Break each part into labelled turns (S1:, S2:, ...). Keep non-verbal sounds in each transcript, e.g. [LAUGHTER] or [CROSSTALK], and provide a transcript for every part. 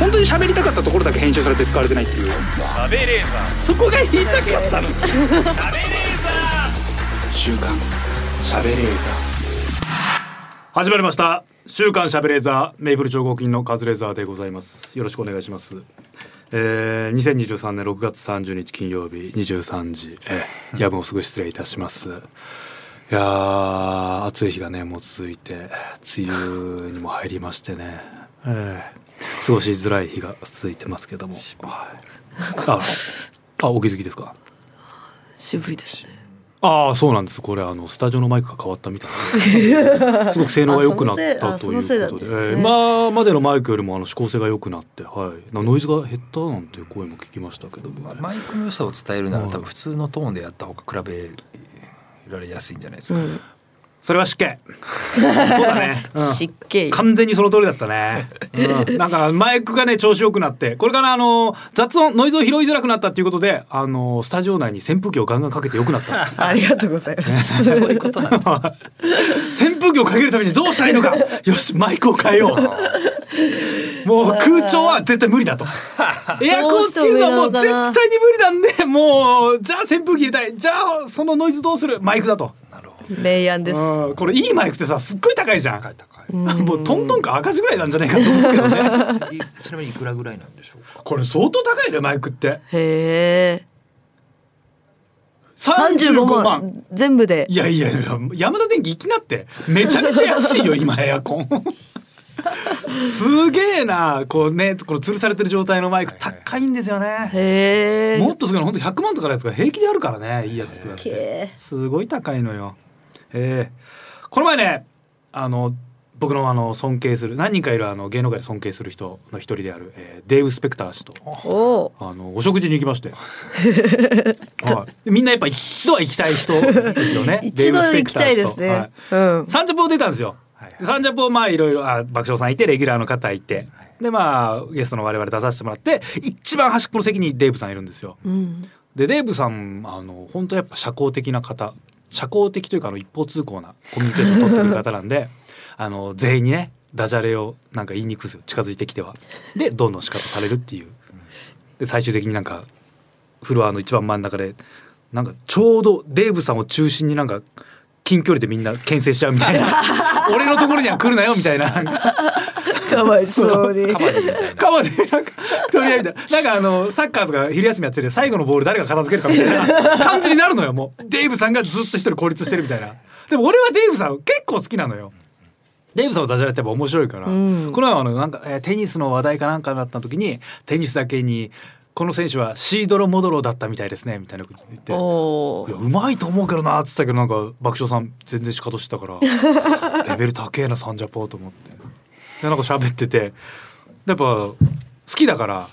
S1: 本当に喋りたかったところだけ編集されて使われてないっていう
S2: 食べれば
S1: そこが言いたかったの
S2: 食べれ
S1: 週刊喋れー
S3: 始まりました週刊しゃべレーザーメイプル超合金のカズレーザーでございますよろしくお願いしますえー、2023年6月30日金曜日23時、えー、やぶをすぐ失礼いたしますいやー暑い日がねもう続いて梅雨にも入りましてね、えー、過ごしづらい日が続いてますけどもはいああお気づきですか
S4: 渋いですね。
S3: ああそうなんですこれあのスタジオのマイクが変わったみたい
S4: [LAUGHS]
S3: なすごく性能が良くなった
S4: あ
S3: と
S4: そ
S3: いう
S4: のせい
S3: ことで
S4: あそのせいなん
S3: え
S4: ですね
S3: ー今までのマイクよりもあの指向性が良くなって、はい、なノイズが減ったなんていう声も聞きましたけども、
S5: まあマイクの良さを伝えるなら
S3: うん
S5: 多分普通のトーンでやった方が比べられやすいんじゃないですか、
S4: うん。
S3: それは失
S4: [LAUGHS]
S3: 敬そうだね、うん
S4: 湿気。
S3: 完全にその通りだったね、うん、なんかマイクがね調子良くなってこれからあの雑音ノイズを拾いづらくなったっていうことであのスタジオ内に扇風機をガンガンかけて良くなった
S4: ありがとうございます。
S5: そういう
S3: [LAUGHS]
S5: ことなんだ
S3: 扇風機をかけるためにどうしたらいいの [LAUGHS] かよしマイクを変えようもう空調は絶対無理 [LAUGHS] だとエアコンつけるのはもう絶対に無理なんでもうじゃあ扇風機入れたいじゃあそのノイズどうするマイクだと、
S5: なるほ
S4: 名案です。
S3: うんこれいいマイクってさすっごい高いじゃん
S5: ど高い高い
S3: もうトントンか赤字ぐらいなんじゃないかと思うけどね
S5: いちなみにいくらぐらいなんでしょうか
S3: これ相当高いねマイクって
S4: へえ。三十
S3: 35
S4: 五
S3: 万
S4: 万全部で
S3: い。やいやいや山田電機行きなってめちゃめちゃ安いよ今エアコンすげえなこうねこの吊るされてる状態のマイク高いんですよね、
S4: へえ。
S3: もっとすごいの本当100万とかのやつが平気であるからねいいやつとかって
S4: けえ。
S3: すごい高いのよええこの前ねあの僕のあの尊敬する何人かいるあの芸能界で尊敬する人の一人である、えーデーブ・スペクター氏と
S4: おお。
S3: あのお食事に行きま
S4: [LAUGHS]
S3: して、はい、みんなやっぱ一度は行きたい人ですよね
S4: 一度行きたいで
S3: デー
S4: す
S3: ブスペ
S4: ね
S3: ク。ター氏と
S4: うん
S3: はい、。サンジャポ出たんですよ、
S5: はいはい
S3: でサンジャポまあいろいろあ爆笑さんいてレギュラーの方いてでまあゲストの我々出させてもらって一番端っこの席にデーブさんいるんですよ
S4: うん。
S3: でデーブさんあの本当やっぱ社交的な方社交的というかあの一方通行なコミュニケーション取ってる方なんであの全員にねダジャレをなんか言いにくくする近づいてきてはでどんどん仕方されるっていうで最終的になんかフロアの一番真ん中でなんかちょうどデーブさんを中心になんか近距離でみんな牽制しちゃうみたいな俺のところには来るなよみたいななんか
S4: かわいそうに。
S5: カバディみたいな
S3: カバでなんか取り合いみたいななんかあのサッカーとか昼休みやってて最後のボール誰が片付けるかみたいな感じになるのよもうデイブさんがずっと一人孤立してるみたいなでも俺はデイブさん結構好きなのよデイブさんのダジャレってやっぱ面白いから、
S4: うん
S3: この前あのなんか、えーテニスの話題かなんかだった時にテニスだけにこの選手はシードロモドロだったみたいですねみたいなこと言って
S4: お
S3: いや
S4: お。
S3: うまいと思うけどなっつったけどなんか爆笑さん全然仕方してたからレベル高えなサンジャポと思ってでなんか喋っててやっぱ好きだから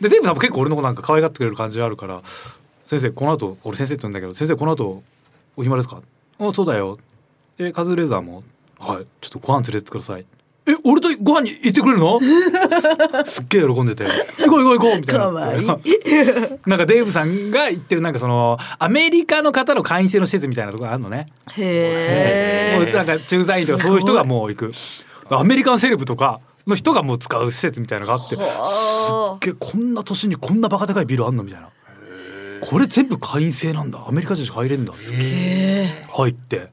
S3: でデーブさんも結構俺の子なんか可愛がってくれる感じがあるから「先生この後俺先生って言うんだけど先生この後お暇ですか?」「あそうだよ」「えカズレーザーも?」「はいちょっとご飯連れてってください」「え俺とご飯に行ってくれるの? 」すっげえ喜んでて「行こう行こう行こう」みたい [LAUGHS] な。
S4: かわいい。
S3: なんかデーブさんが言ってるなんかそのアメリカの方の会員制の施設みたいなところがあるのね、
S4: へ
S3: もうなんか駐在員とかそういう人がもう行くアメリカンセレブとかの人がもう使う施設みたいなのがあって
S4: え。おお。
S3: けこんな年にこんなバカ高いビルあんのみたいなこれ全部会員制なんだアメリカ人しか入れんだ入っても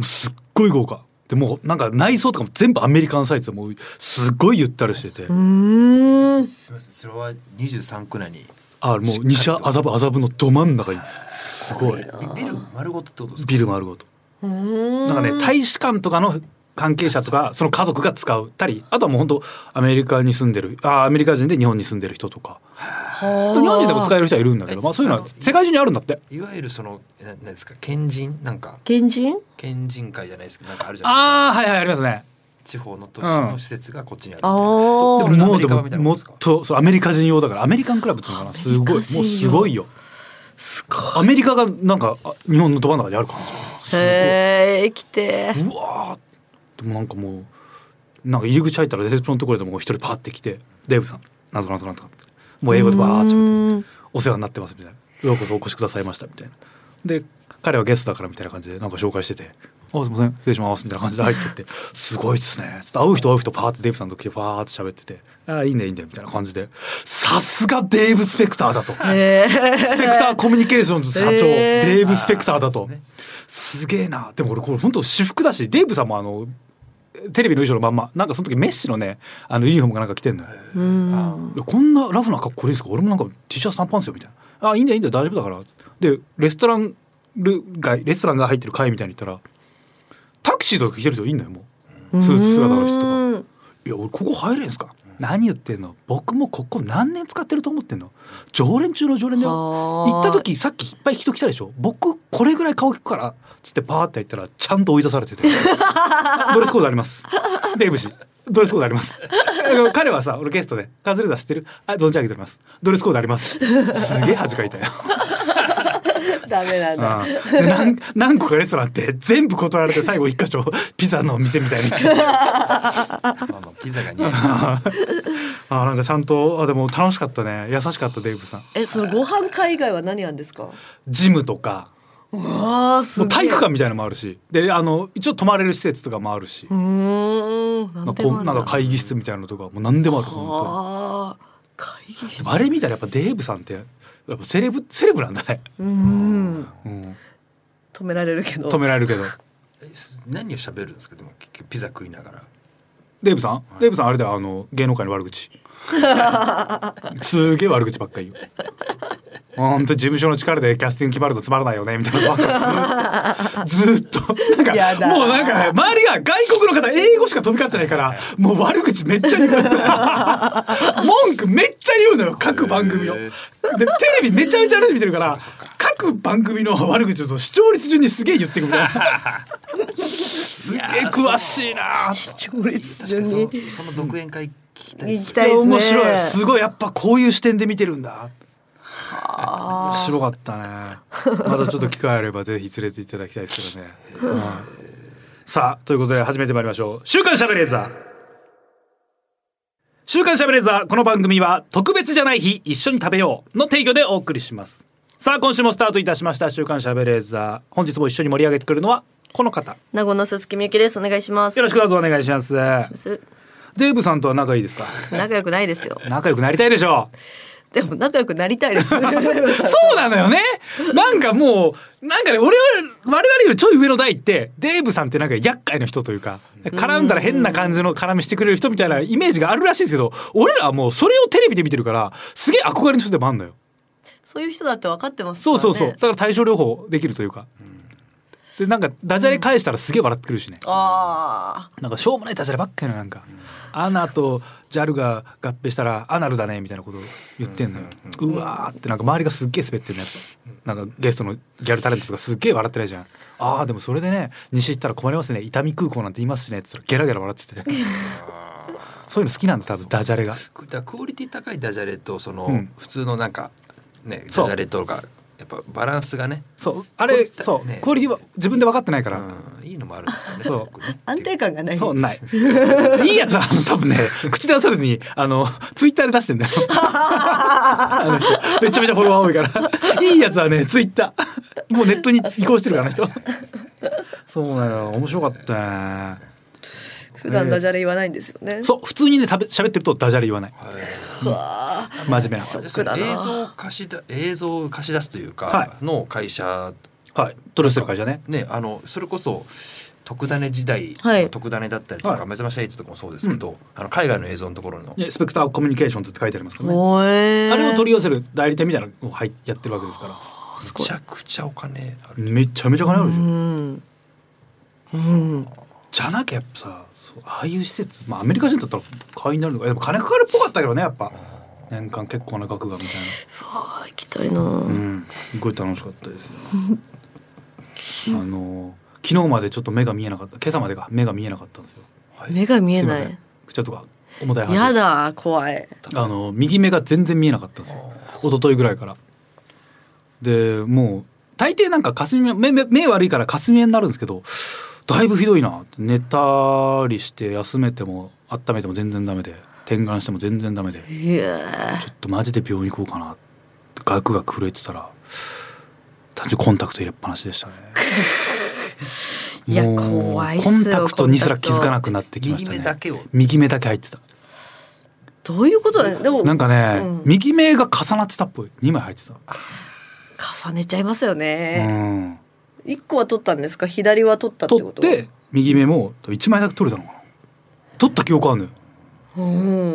S3: うすっごい豪華でもうなんか内装とかも全部アメリカンサイズでもうすっごいゆったりしてて、
S4: うーん。
S5: すみませんそれは23区内に
S3: あもう西麻布麻布のど真ん中にすごい
S5: ビビル丸ごとってことですか
S3: ビル丸ごと。
S4: うん。
S3: なんかね大使館とかの関係者とかその家族が使うたりあとはもう本当アメリカに住んでるあアメリカ人で日本に住んでる人とか日本人でも使える人はいるんだけど、まあ、そういうのは世界中にあるんだって。
S5: いわゆるそのななんですか県人なんか
S4: 原人？
S5: 県人会じゃないですけどなんかあるじゃない
S3: ああはいはいありますね。
S5: ですか地方の都市の施設がこっちにあるみたい
S4: あ
S5: な、
S4: あ。
S5: そ
S3: で
S5: う
S3: もも
S5: ア
S3: うで
S5: メリカ
S3: も
S5: みたいな
S3: も
S5: もん
S3: っ
S5: ですか
S3: とそうアメリカ人用だからアメリカンクラブっていうのかなすごいもうすごいよ。
S4: すごい。
S3: アメリカがなんかあ日本のど真ん中にある感じ。
S4: へえ。来て。
S3: うわーでもなんかもうなんか入り口入ったらレセプションのところでもう一人パーって来て「デーブさんなんとかなんとかなんとか」もう英語でバーッて喋って「お世話になってます」みたいな「ようこそお越しくださいました」みたいなで彼はゲストだからみたいな感じでなんか紹介しててあすいません失礼します」みたいな感じで入ってって「すごいっすね」つって会う人会う人パーってデーブさんと来てパーって喋ってて「ああいいねいいね」みたいな感じで「さすがデーブ・スペクターだ」と。
S4: え
S3: スペクターコミュニケーションズ社長、
S4: えー
S3: デーブ・スペクターだと。す,、げえな。でも俺これ本当私服だし、デーブさんもあの、テレビの衣装のまんま、なんかその時メッシのね、あのユニフォームがなんか着てんのよ。
S4: えうん
S3: いやこんなラフな格好でいいですか俺もなんか T シャツ短パンですよみたいな「あいいんだいいんだ大丈夫だから」でレストラン街レストランが入ってる会みたいに行ったらタクシーとか着てる人いんのよもうスーツ姿の人とか
S4: うん
S3: 「いや俺ここ入れんすか?」何言ってんの僕もここ何年使ってると思ってんの常連中の常連だよ
S4: はーい
S3: 行った時さっきいっぱい人来たでしょ僕これぐらい顔聞くからつってパーって行ったらちゃんと追い出されててドレスコードありますデーブ氏ドレスコードあります [LAUGHS] あの彼はさ俺ゲストでカズレーザー知ってるあ存じ上げておりますドレスコードありますすげえ恥かいたよ、
S4: ダメなんだ
S3: うんで何何個かレストランって全部断られて最後一箇所ピザの店みたいに行って
S5: まあまあピザが似合いま
S3: あなんかちゃんとあでも楽しかったね優しかったデーブさん
S4: えそのご飯会以外は何やんですか
S3: ジムとか
S4: うわあす
S3: も
S4: げ
S3: う体
S4: え
S3: 育館みたいなのもあるしであの一応泊まれる施設とかもあるし
S4: うーん
S3: な
S4: な
S3: んんか
S4: で
S3: こ
S4: も
S3: う
S4: ある
S3: なんか会議室みたいなのとかもう何でもある本
S4: はあ会議室
S3: 当にあれ見たらやっぱデーブさんってやっぱセレブセレブなんだね、
S4: うん
S3: うん、
S4: 止められるけど
S3: 止められるけど
S5: す何を喋るんですかでも結局ピザ食いながら
S3: デーブさん、デーブさんあれだよあの芸能界の悪口すげえ悪口ばっかり言うほんと事務所の力でキャスティング決まるとつまらないよねみたいなのばっかずーっとずーっとな
S4: や
S3: んか
S4: だ
S3: もうなんか周りが外国の方英語しか飛び交ってないからもう悪口めっちゃ言う文句めっちゃ言うのよ各番組の。
S5: へ
S3: でテレビめちゃめちゃある見てるから各番組の悪口を視聴率順にすげえ言ってくるからすげえ詳しいなー
S4: 視聴率順
S5: 確か
S4: に
S5: にそのその独演会聞きたいで
S4: 行
S5: す
S4: きたいですね
S3: 面白いすごいやっぱこういう視点で見てるんだ面白かったねまだちょっと機会あればぜひ連れていただきたいですけどね、うんさあということで始めてまいりましょう「週刊シャベレーザー」週刊シャベレーザーこの番組は特別じゃない日一緒に食べようの提供でお送りしますさあ今週もスタートいたしました週刊シャベレーザー本日も一緒に盛り上げてくれるのはこの方
S4: 名古屋の鈴木みゆきですお願いします
S3: よ
S4: [LAUGHS]
S3: ろしくどうぞお願いします
S4: す
S3: デーブさんとは仲いいですか
S4: 仲良くないですよ
S3: 仲良くなりたいでしょう
S4: でも仲良くなりた
S3: [LAUGHS]
S4: いです
S3: そうなのよね。なんかもう、なんかね、俺は、我々よりちょい上の代って、デーブさんってなんか厄介な人というか、絡んだら変な感じの絡みしてくれる人みたいなイメージがあるらしいですけど、俺らはもうそれをテレビで見てるから、すげえ憧れの人でもあんのよ。
S4: [LAUGHS] そういう人だって分かってますか
S3: そ
S4: ら
S3: う
S4: ね
S3: そうそう。だから対症療法できるというか。で、なんかダジャレ返したらすげえ笑ってくるしね。
S4: あ
S3: なんかしょうもないダジャレばっかりのなんか、アナとジャルが合併したらアナルだねみたいなことを言ってんのよ、うわーってなんか周りがすっげえ滑ってるねなんかゲストのギャルタレントとかすっげえ笑ってないじゃんあーでもそれでね西行ったら困りますね伊丹空港なんて言いますしねっつったらゲラゲラ笑っててそういうの好きなんだ多分ダジャレが
S5: だからクオリティ高いダジャレとその、
S3: うん
S5: 普通のなんかねダジ
S3: そう
S5: ャレとかやっぱバランスがね、
S3: そうあれそう、
S5: ね
S3: クオリティは自分で分かってないから、
S5: うん、いいのもあるんですよねす
S3: そう
S5: ごくね
S4: あ安定感がない
S3: そうない [LAUGHS] いいやつはあの多分ね口で出さずにあのツイッターで出してんだよあの人めちゃめちゃフォロワー多いからいいやつはねツイッターもうネットに移行してるからあの人そうなの面白かったね
S4: 普段ダジャレ言わないんですよね、
S3: そう普通にね食べ喋ってるとダジャレ言わない真面目な
S5: そうです
S4: ショックだ
S5: ね
S4: な
S5: 映像を貸しだ映像を貸し出すというか、
S3: は
S5: の会社
S3: はいトレスの会社ね
S5: ねあのそれこそ特ダネ時代、
S4: はい
S5: 特ダネだったりとか、
S3: はい
S5: 目覚まし8とかもそうですけど、あの海外の映像のところの
S3: ねスペクターコミュニケーションズって書いてありますからね
S4: おえ
S3: あれを取り寄せる代理店みたいなのを入っやってるわけですから
S4: す
S5: め
S4: ごい
S5: ちゃくちゃお金ある、
S3: めちゃめちゃ金あるでしょ
S4: うんうん
S3: じゃなきゃやっぱさそうああいう施設、まあ、アメリカ人だったら会員になるのかでも金かかるっぽかったけどねやっぱ年間結構な額がみたい
S4: あー行きたいな、
S3: な、うん、すごい楽しかったですよあの昨日までちょっと目が見えなかった今朝までが目が見えなかったんですよ
S4: 目が見えな
S3: すいま
S4: い
S3: せんちょっとか重たい話です
S4: やだ怖い
S3: あの右目が全然見えなかったんですよ一昨日ぐらいからでもう大抵なんか霞目目目目悪いから霞目になるんですけどだいぶひどいなって寝たりして休めても温めても全然ダメで点眼しても全然ダメでち
S4: いや
S3: ょっとマジで病院行こうかなってガクガク震えてたら単純にコンタクト入れっぱなしでしたね
S4: [LAUGHS] いや
S3: もう
S4: 怖いっす
S3: コ
S4: よ
S3: ンタクトにすら気づかなくなってきましたね
S5: 右目だけを
S3: 右目だけ入ってた
S4: どういうことだでも
S3: なんかね、
S4: うん
S3: 右目が重なってたっぽい2枚入ってた、
S4: 重ねちゃいますよね、
S3: うん
S4: 一個は取ったんですか左は取ったって
S3: 取っ
S4: こと
S3: て右目も1枚だけ取れたのかな取った記憶あるのよ
S4: う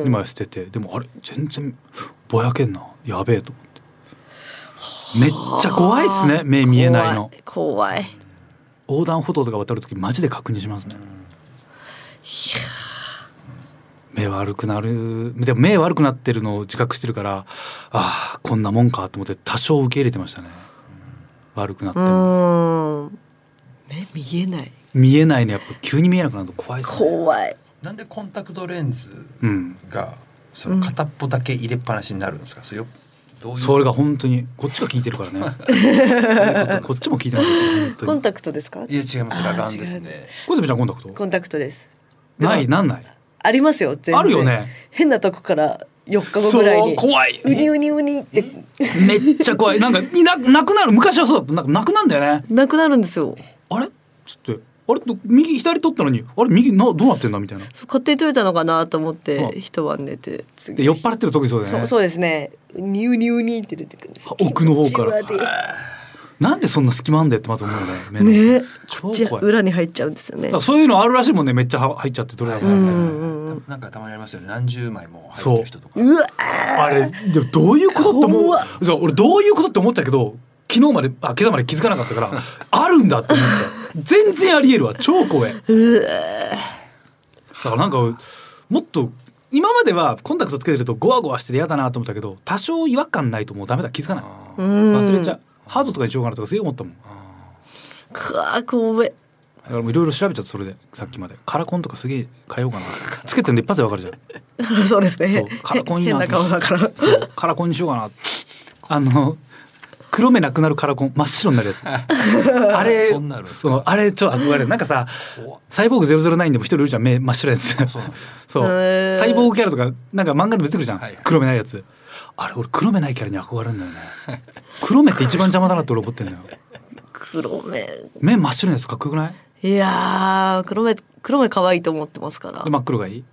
S4: ん、
S3: 2枚捨ててでもあれ全然ぼやけんなやべえと思ってめっちゃ怖いっすね目見えないの
S4: 怖い怖い
S3: 横断歩道とか渡る時マジで確認しますね目悪くなるでも目悪くなってるのを自覚してるからああこんなもんかと思って多少受け入れてましたね悪くなって
S4: う
S3: も
S4: ん目見えない
S3: 見えないのやっぱ急に見えなくなると怖いっすね
S4: 怖い
S5: なんでコンタクトレンズ
S3: うん
S5: がその片っぽだけ入れっぱなしになるんですか。それよどういう
S3: それが本当にこっちが聞いてるから
S4: [LAUGHS]
S3: ねこっちも聞いてますよ本当に
S4: コンタクトですか
S5: いや違います。
S4: あー
S5: 裸眼です
S4: 違う
S5: ね。
S3: 小泉ちゃんコンタク
S4: コ
S3: ト
S4: ンタクトです
S3: ないなんない
S4: ありますよ全然
S3: あるよね
S4: 変なとこから4日後ぐらいに
S3: 怖いう
S4: にうにうにって
S3: めっちゃ怖いなんかいななくなる昔はそうだったなんかなくなんだよね
S4: なくなるんですよ
S3: あれっつってあれど右左取ったのにあれ右などうなってんだみたいな
S4: そう勝手に取れたのかなと思っ
S3: あ
S4: て一晩寝て次
S3: で酔っ払ってる時そうだよ
S4: そ
S3: ね
S4: うそうですねにうにうにって出てくるんですよ
S3: 奥の方から
S4: 気持ち悪
S3: なんでそんな隙間あんだよってまず思うよね目
S4: い
S3: の
S4: ね
S3: 超
S4: じゃあ
S3: 怖いだ
S4: 裏に入っちゃうんですよね
S3: からそういうのあるらしいもんねめっちゃは入っちゃって取れなくな
S4: う
S3: るみたいな、
S4: んうんうん
S5: なんかたまにありますよね。何十枚も入ってる人とか。
S4: うわ
S3: あれでもどういうことって思
S4: 怖っ
S3: うそう俺どういうことって思ったけど昨日まであ今朝まで気づかなかったから
S4: [LAUGHS]
S3: あるんだって思った全然ありえるわ超怖いだからなんかもっと今まではコンタクトつけてるとゴワゴワしてて嫌だなと思ったけど多少違和感ないともうダメだ気づかない
S4: うん
S3: 忘れちゃうハードとかにしようかなとかすげえ思ったもんだ
S4: くわ怖い
S3: からもういろいろ調べちゃってそれでさっきまでカラコンとかすげえ変えようかなつけてんで一発でわかるじゃん
S4: そうですね
S3: そうカラコンいいな
S4: 変な顔だから
S3: そうカラコンにしようかなあの黒目なくなるカラコン真っ白になるやつあれ
S5: そんなのあるんですか
S3: そうあれちょっと憧れるなんかさサイボーグ009でも一人いるじゃん目真っ白いやつそう
S4: へー
S3: サイボーグキャラとかなんか漫画でも出てくるじゃん、
S5: はいはい
S3: 黒目ないやつあれ俺黒目ないキャラに憧れるんだよね黒目って一番邪魔だなって俺思ってんだよ
S4: 黒目
S3: 目真っ白いやつかっこよくない
S4: いやー黒目黒目可愛いと思ってますから
S3: で真っ黒がいい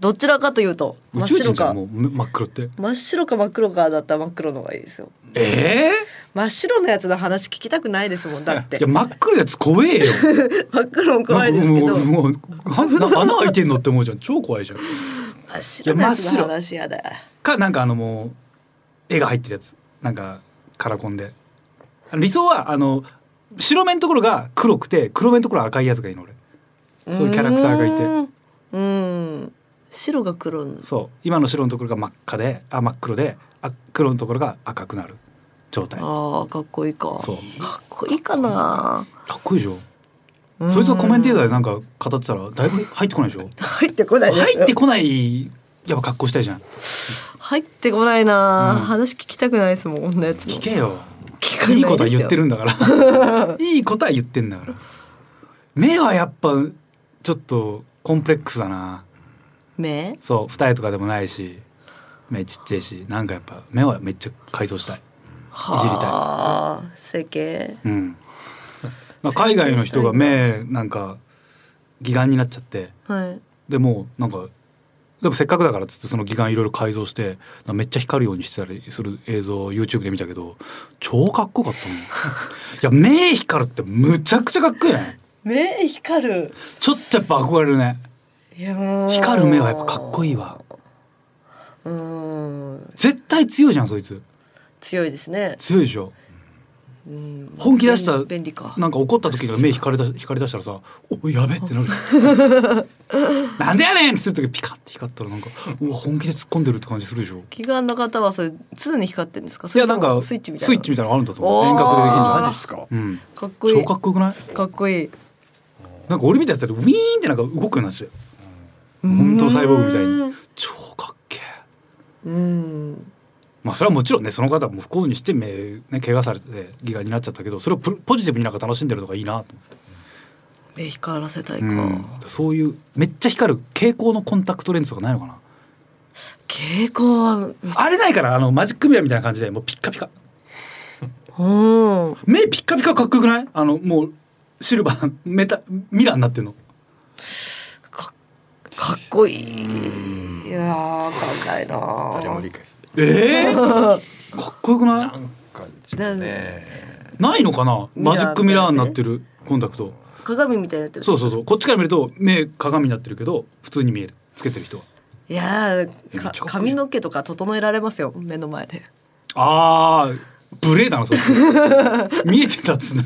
S4: どちらかというと真
S3: 宇
S4: っ
S3: 宙人
S4: 白
S3: じゃ
S4: か
S3: んもうめ真っ黒って
S4: 真っ白か真っ黒かだったら真っ黒の方がいいですよ
S3: え
S4: 真っ白のやつの話聞きたくないですもんだっ
S3: え
S4: て
S3: いや真っ黒いやつ怖えよ
S4: 真っ黒も怖いですけ
S3: なん
S4: ど
S3: かもうもうはな穴開いてんのって思うじゃん超怖いじゃん
S4: 真っ白のやつの話やだ
S3: かなんかあのもう絵が入ってるやつなんかカラコンであの理想はあの白目のところが黒くて黒目のところは赤いやつがいいの俺そういうキャラクターがいて
S4: うーんうん白が黒の
S3: そう今の白のところが真っ赤であ真っ黒であ黒のところが赤くなる状態か
S4: あーかっこいいか
S3: そう
S4: かっこいいかな
S3: っこいいでしょそいつがコメンテーターでなんか語ってたらだいぶ入ってこないでしょ
S4: 入ってこないですよ
S3: 入ってこないやっぱ格好したいじゃん
S4: 入ってこないな、
S3: うん
S4: 話聞きたくないですもん女やつの
S3: 聞けよ
S4: 聞かな
S3: い
S4: いですよ
S3: いことは言ってるんだから
S4: [LAUGHS]
S3: いいことは言ってんだから目はやっぱちょっとコンプレックスだな
S4: 目
S3: そう二重とかでもないし目ちっちゃいしなんかやっぱ目はめっちゃ改造したいいじりた
S4: はあ整形
S3: い
S4: [LAUGHS]
S3: うんなんか海外の人が目なんか義眼になっちゃって
S4: はい
S3: でもうなんかでもせっかくだからっつってその義眼いろいろ改造してなんかめっちゃ光るようにしてたりする映像を YouTube で見たけど超かっこよかった
S4: [LAUGHS]
S3: もんいや目光るってむちゃくちゃかっこいいね
S4: 目光る
S3: ちょっとやっぱ憧れるね
S4: いやもう
S3: 光る目はやっぱかっこいいわ
S4: うーん
S3: 絶対強いじゃんそいつ
S4: 強いですね
S3: 強いでしょ
S4: うん
S3: 本気出した
S4: 便便利か
S3: なんか怒った時に目光りだ光り出したらさ「おやべ」ってなる [LAUGHS] じゃんなんでやねん!」ってする時ピカッて光ったらなんかうわ本気で突っ込んでるって感じするでしょ
S4: 気がの方はそれ常に光ってるんですか
S3: いやなんか
S4: スイッチみたい
S3: ス
S4: な
S3: イッチみたいなのあるんだと思う
S4: おー
S3: 遠隔でできるんじゃない
S5: マジっすか。
S3: うん、
S4: かっこい
S3: 超
S4: い
S3: かっこよくない
S4: かっこいい
S3: なんか俺みたいなやつだとウィーンってなんか動くようになってたよ本当のサイボーグみたいに超かっけえ
S4: うん
S3: まあそれはもちろんねその方も不幸にして目ね怪我されてギガになっちゃったけどそれをプポジティブになんか楽しんでるのがいいなと思って
S4: 目光らせたいか、
S3: うんそういうめっちゃ光る蛍光のコンタクトレンズとかないのかな
S4: 蛍光は
S3: あれないからあのマジックミラーみたいな感じでもうピッカピカ
S4: うん
S3: 目ピッカピカかっこよくないあのもうシルバー [LAUGHS] メタミラーになってんの
S4: かっこいい。いやー、考えなー。
S5: 誰も理解し
S3: ええ [LAUGHS] かっこよく
S5: な
S3: ない
S5: んかちょっとね
S3: ないのかなマジックミラーになってるコンタクト
S4: 鏡みたいになってる。
S3: そうそうそうこっちから見ると目鏡になってるけど普通に見えるつけてる人はい
S4: やー
S3: めっちゃかっ
S4: か
S3: こいい
S4: 髪の毛とか整えられますよ目の前で
S3: あー無礼だなそれ [LAUGHS] 見えてたっつうな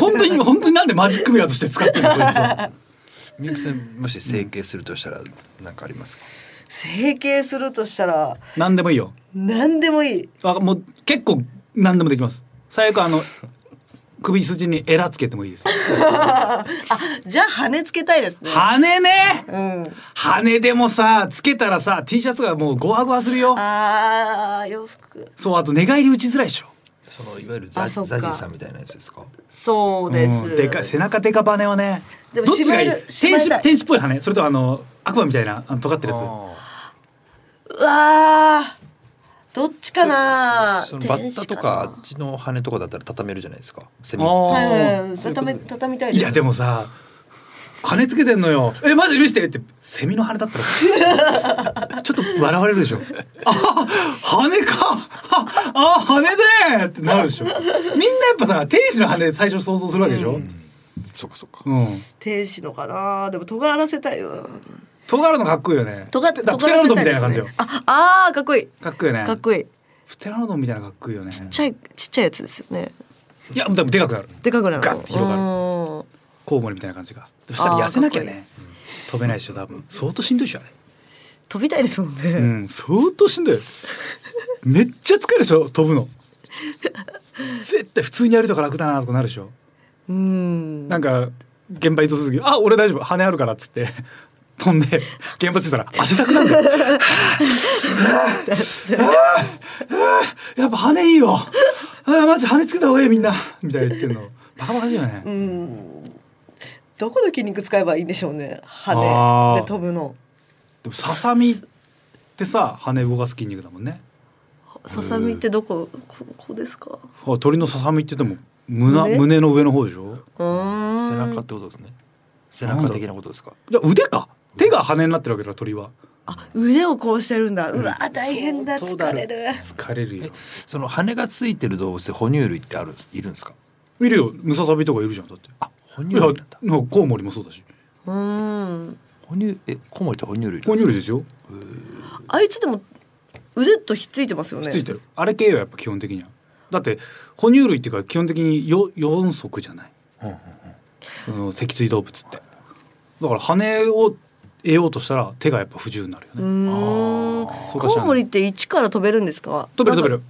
S3: 本当に本当になんでマジックミラーとして使ってるのそいつは
S5: みゆきさんもし整形するとしたら何かありますか、
S4: 整形するとしたら
S3: 何でもいいよ
S4: 何でもいい
S3: あもう結構何でもできます最悪あの首筋にエラつけてもいいです
S4: じゃあ羽つけたいですね
S3: 羽ね
S4: うん
S3: 羽でもさつけたらさ T シャツがもうゴワゴワするよ
S4: あー洋服
S3: そうあと寝返り打ちづらいでしょ
S5: そのいわゆるザ
S4: あ
S5: ザ
S4: そっ
S5: ジ
S4: か
S5: ーさんみたいなやつですか
S4: そうです、
S3: うんでかい背中でかバネはね
S4: でも
S3: どっちがいい
S4: 縛れる縛
S3: 天
S4: りた
S3: 使
S4: い
S3: 天使っぽい羽それとあの悪魔みたいなあの尖ってるやつ
S5: あ
S4: うわーどっちかな
S5: ーそのバ
S4: 天
S5: ッタ
S4: 使
S5: とかあっちの羽とかだったら畳めるじゃないですかセミ
S3: あ
S4: な
S3: ー
S4: うん畳め畳みたい
S3: いやでもさ羽つけてんのよ「えマジ許して」ってセミの羽だったら [LAUGHS] ちょっと笑われるでしょ「あ羽かああ羽で!」ってなるでしょみんなやっぱさ天使の羽最初想像するわけでしょ、
S5: そうかそうか
S3: うん
S4: 天使のかなでも尖らせたいわ
S3: 尖るのかっこいいよね
S4: 尖っ
S3: だ
S4: 尖
S3: から
S4: ら
S3: プテラノ
S4: せ
S3: ドン
S4: た
S3: みたい
S4: いで
S3: な
S4: す
S3: 感じ
S4: ね
S3: よ
S4: ああーかっこいい
S3: かっこいいよね
S4: かっこいい
S3: プテラノドンみたいなのかっこいいよね
S4: ちっちゃいちっちゃいやつですよね
S3: いやでもでかくなる
S4: でかくなる
S3: ガッて広がる
S4: る
S3: コウモリみたいな感じがそしたら痩せなきゃね飛べないでしょ多分相当しんどいでしょあれ
S4: 飛びたいですもんね、
S3: うん、相当しんどいよめっちゃ疲れるでしょ飛ぶの絶対普通にやるとか楽だなとかなるでしょ
S4: うん
S3: なんか現場移動する時あ俺大丈夫羽あるから」っつって飛んで現場着いたら汗だくなんだよはぁはぁはぁやっぱ羽いいよあーマジ羽つけた方がいいよみんなみたいな言ってんのバカバカしいよね、
S4: うんどこの筋肉使えばいいんでしょうね
S3: あ
S4: 羽
S3: ー
S4: で飛ぶの
S3: でもささみってさ羽動かす筋肉だもんね
S4: ささみってどここここですか
S3: あ鳥のささみってでも胸
S4: 胸
S3: 胸の上の方でしょ
S4: うーん
S5: 背中ってことですね背中的なことですか
S3: じゃあ腕か手が羽になってるわけだから鳥は
S4: あ腕をこうしてるんだうわ大変だ
S5: 相当だ
S4: 疲
S5: る
S4: れる
S3: 疲れるよ
S5: えその羽がついてる動物で哺乳類ってあるんですいるんですか
S3: 見るよムササビとかいるじゃんだって
S5: あ哺乳
S3: い
S5: 類
S3: や
S5: なんだ
S3: なんかコウモリもそうだし
S4: うーん
S5: 哺乳えコウモリって哺乳類なんですか
S3: 哺乳類ですよ
S4: あいつでも腕とひっついてますよね
S3: ついてるあれ系はやっぱ基本的にはだって哺乳類っていうか基本的によ四足じゃない
S5: うんうんうん
S3: その脊椎動物ってだから羽を得ようとしたら手がやっぱ不自由になるよ
S4: う
S3: ね
S4: ー
S5: あ
S4: ん
S5: ー
S3: そうかし
S4: コ
S3: ら
S4: ウモリって一から飛べるんですか
S3: 飛べる飛べる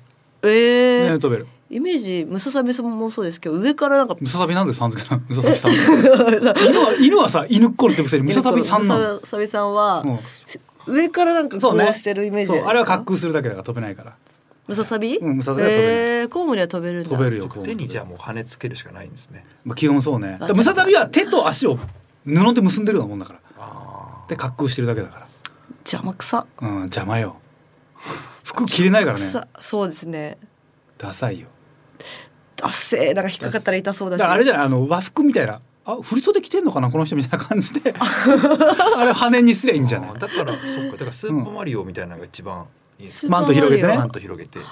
S4: べるえ
S3: ね
S4: ー
S3: 飛べる
S4: イメージムササビさんもそうですけど上からなんか
S3: ムササビなんでさん付けなのムササビさん犬
S4: [LAUGHS]
S3: は犬はさ犬っころって伏せるムササビさんなの
S4: ムササビさんは、
S3: うん
S4: 上からなんかこ
S3: そう
S4: う
S3: ね
S4: してるイメージ
S3: そ
S4: じゃ
S3: う
S4: ないですか
S3: あれは滑空するだけだから飛べないから
S4: ムササビ、
S3: うんムササビは飛べる
S4: えー、コウモリは飛べるんだ
S3: 飛べる
S5: そ
S3: よ
S5: うか手にじゃあもう羽つけるしかないんですね
S3: まあ、基本そうね
S4: あ
S3: だからムササビは手と足を布で結んでるようなもんだから
S5: あ
S3: で滑空してるだけだか
S4: 邪魔くさ
S3: らうん邪魔よ服着れないからね
S4: くさそうですね
S3: ダサいよ
S4: あっせーなんか引っかかったら痛そうだ
S3: だ
S4: し
S3: からあれじゃないあの和服みたいなあ振袖着てんのかなこの人みたいな感じで [LAUGHS] あれ羽にすりゃいいんじゃない
S5: だからそっかだからスーパーマリオみたいなのが一番いいです
S4: スー
S5: ね
S4: パー
S3: マント広げてね
S4: マ
S5: マ
S4: リオ
S5: ント広げて
S4: あー
S3: だ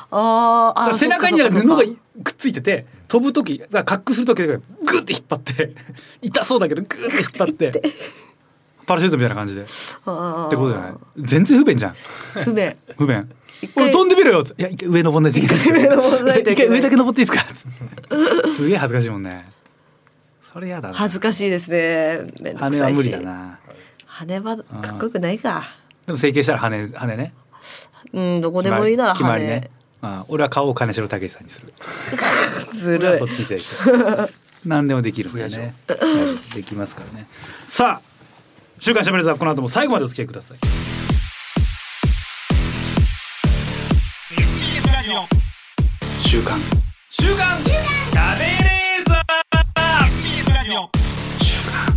S4: あ
S3: か
S4: ー
S3: ら背中に
S4: そ
S3: だ
S4: っ
S3: か
S4: かそ
S3: ら
S4: っか
S3: 布がくっついてて飛ぶ時だから滑空する時だからグッて引っ張って痛そうだけどグッて引っ張ってパラシュートみたいな感じでって
S4: あー
S3: ことじゃない全然不便じゃん
S4: 不便
S3: 不便
S4: 一
S3: 俺
S4: 回
S3: 飛んでみろよっついや一回上登んないといけない
S4: 上登んないといけな
S3: 一回
S4: い
S3: 上だけ登っていいですかつってすげえ恥ずかしいもんねそれやだな
S4: 恥ずかしいですねめんどく
S3: 羽
S4: さ
S3: はい
S4: し
S3: 無理だな
S4: 羽はかっこよくないか
S3: でも整形したら羽羽ね
S4: うんどこでもいいなら
S3: 決ま
S4: 羽、
S3: りねうん俺は顔を金城武さんにする
S4: ず
S3: 俺は
S4: るい
S3: そっち整形
S4: [LAUGHS]
S3: 何でもできるんでねできますからねさあ週刊しゃべれーこの後も最後までお付き合いください
S2: TBS ラジオ
S1: 週刊
S2: 週刊週刊しゃべれーザー TBS ラジオ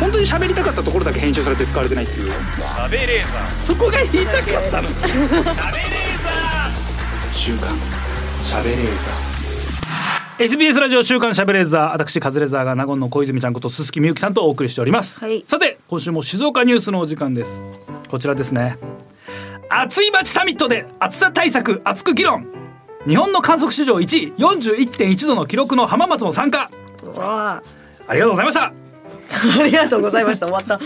S3: 本当
S1: 当に喋りたかったところだけ編集されて使われてないっていう
S2: 食べレーザ
S1: そこが言いたかったの
S2: ー食べレーザ
S1: 週刊喋れーザ
S3: SBS ラジオ週刊しゃべれーザー私カズレーザーが名古屋の小泉ちゃんこと鈴木みゆきさんとお送りしております、
S4: はい
S3: さて今週も静岡ニュースのお時間ですこちらですね暑い街サミットで暑さ対策熱く議論日本の観測史上1位41.1度の記録の浜松も参加
S4: わ
S3: ありがとうございました
S4: あありがとうございました終わった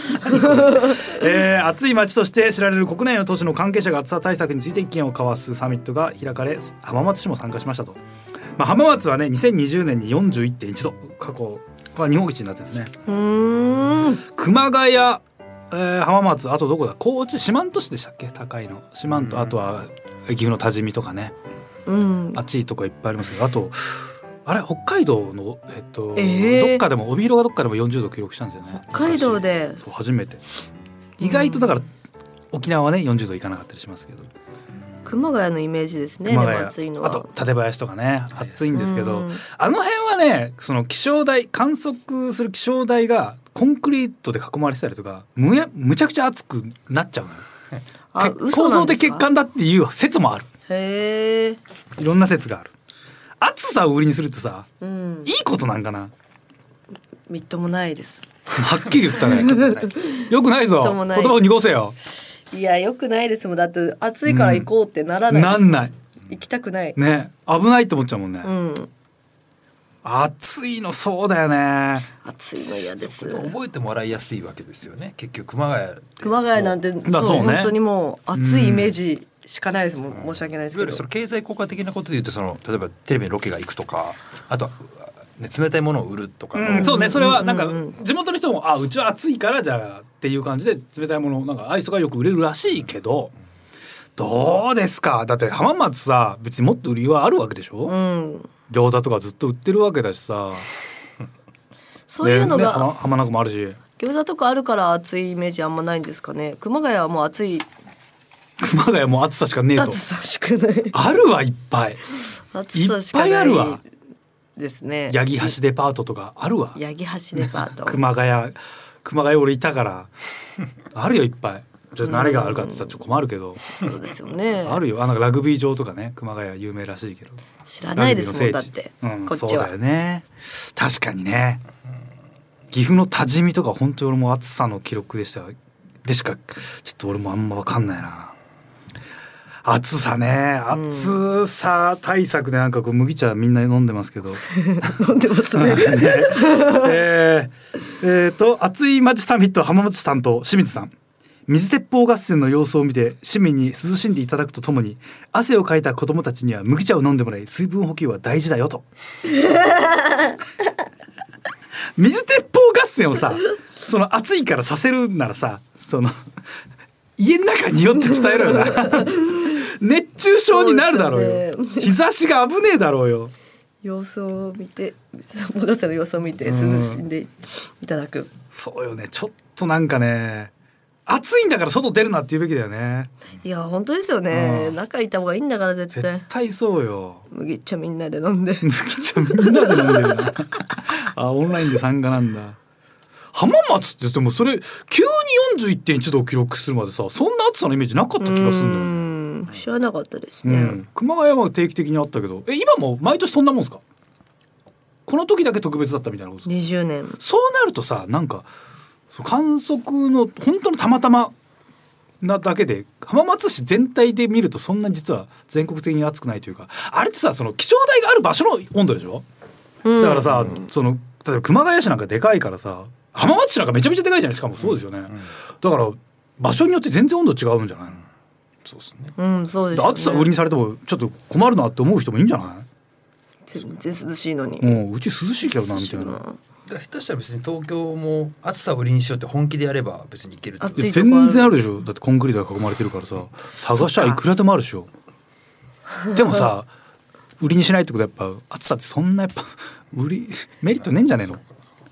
S3: えー暑い街として知られる国内の都市の関係者が暑さ対策について意見を交わすサミットが開かれ浜松市も参加しましたと、まあ、浜松はね2020年に41.1度過去これは日本一になってるんですね
S4: うーん
S3: 熊谷、えー浜松あとどこだ高知四万十市でしたっけ高いの四万十あとは岐阜の多治見とかね
S4: うん
S3: 暑いとこいっぱいありますけどあとあれ北海道の、えっと
S4: えー
S3: どっかでも帯広がどっかでも40度記録したんですよね
S4: 北海道で
S3: 昔そう初めて意外とだから、沖縄はね40度いかなかったりしますけど、
S4: 熊谷のイメージですねで
S3: 熊
S4: も
S3: 谷
S4: 暑いのは
S3: あと館林とかね暑いんですけど、
S4: うん
S3: あの辺はねその気象台観測する気象台がコンクリートで囲まれてたりとかむやむちゃくちゃ暑くなっちゃうのよ
S4: あ
S3: け
S4: 嘘
S3: 構
S4: な
S3: 造
S4: んです
S3: 的
S4: か
S3: 欠陥だっていう説もある
S4: へえ
S3: いろんな説がある暑さを売りにするってさ
S4: うん
S3: いいことなんかな
S4: みっともないです
S3: はっきり言ったね
S4: [LAUGHS]
S3: よくないぞ
S4: みっともない
S3: 言葉を濁せよ
S4: いやよくないですもんだって暑いから行こうってならないです
S3: なんない
S4: 行きたくない
S3: ね危ないって思っちゃうもんね、
S4: うん
S3: 暑いのそうだよね
S4: 暑いの嫌です
S5: 覚えてもらいやすいわけですよね結局熊谷って
S4: 熊谷なんてそう,、
S3: まあそうね
S4: 本当にもう暑いイメージしかないですもん、申し訳ないで
S5: い
S4: す
S5: わゆ
S4: け
S5: るそ
S4: ど
S5: の経済効果的なことで言うとその例えばテレビにロケが行くとかあとは、ね、冷たいものを売るとかの、
S3: うん、そうねそれはなんか
S4: うんうんうん
S3: 地元の人も「あうちは暑いからじゃあ」っていう感じで冷たいものなんかアイスがよく売れるらしいけどどうですかだって浜松さ別にもっと売りはあるわけでしょ、
S4: うん
S3: 餃子とかずっと売ってるわけだしさ
S4: そういうの
S3: でね浜
S4: が
S3: 浜名湖もあるし [LAUGHS]
S4: 餃子とかあるから暑いイメージあんまないんですかね熊谷はもう暑い
S3: 熊谷も暑さしかねえと
S4: 暑さしかない
S3: あるわいっぱい
S4: 暑さしかない
S3: いっぱいあるわ
S4: ですね
S3: 八木橋デパートとかあるわ
S4: 八木橋デパート
S3: 熊谷熊谷俺いたから
S4: [LAUGHS]
S3: あるよいっぱいちょっと何があるかって言ったらちょっと困るけど
S4: そうですよね
S3: あるよあなんかラグビー場とかね熊谷有名らしいけど
S4: 知らないですもんだって、
S3: ラグビーの聖地うん
S4: こっ
S3: そ
S4: ち
S3: う
S4: は
S3: だよね確かにね岐阜の多治見とか本当に俺も暑さの記録でしたよでしかちょっと俺もあんま分かんないな暑さね
S4: ん
S3: 暑さ対策でなんかこう麦茶みんな飲んでますけど
S4: [LAUGHS] 飲んでますね
S3: [LAUGHS] えーえーと暑い町サミット浜松市担当清水さん水鉄砲合戦の様子を見て市民に涼しんでいただくとともに汗をかいた子どもたちには麦茶を飲んでもらい水分補給は大事だよと水鉄砲合戦を
S4: [LAUGHS]
S3: さその暑いからさせるならさその家の中によって伝えろよな
S4: [LAUGHS]
S3: 熱中症になるだろう
S4: そう
S3: よ
S4: ですよね
S3: 日差しが危ねえだろうよ
S4: 様子を見てボガスの様子を見て涼
S3: うん
S4: しんでいただく、
S3: そうよねちょっとなんかね暑いんだから外出るなって言うべきだよね
S4: いや本当ですよね、
S3: うん
S4: 仲いた方がいいんだから絶対
S3: 絶対そうよ
S4: 麦茶みんなで飲んで
S3: 麦茶みんなで飲んでる
S4: [LAUGHS]
S3: なあオンラインで参加なんだ浜松ってでもそれ急に41.1度を記録するまでさそんな暑さのイメージなかった気がするんだよね
S4: うん知らなかったです
S3: う
S4: ね、
S3: ん、熊谷は定期的にあったけどえ今も毎年そんなもんですかこの時だけ特別だったみたいなことですか
S4: 20年
S3: そうなるとさなんかその観測の本当にたまたまなだけで浜松市全体で見るとそんなに実は全国的に暑くないというかあれってさその気象台がある場所の温度でしょ、だからさその例えば熊谷市なんかでかいからさ浜松市なんかめちゃめちゃでかいじゃないしかもそうですよね、だから場所によって全然温度違うんじゃないの、
S5: そうですね
S4: うん、うん、そうです
S3: で暑さ売りにされてもちょっと困るなって思う人もいいんじゃな
S4: 全然涼しいのに
S3: いもううち涼しいけどなみたいな。
S5: だから下手したら別に東京も暑さを売りにしようって本気でやれば別にいけるってこと
S4: 暑
S5: で
S4: いとこある
S3: 全然あるでしょだってコンクリートが囲まれてるからさ探しゃいくらでもあるで [LAUGHS] しょでもさ売りにしないってことはやっぱ暑さってそんなやっぱ売りメリットねえんじゃねえの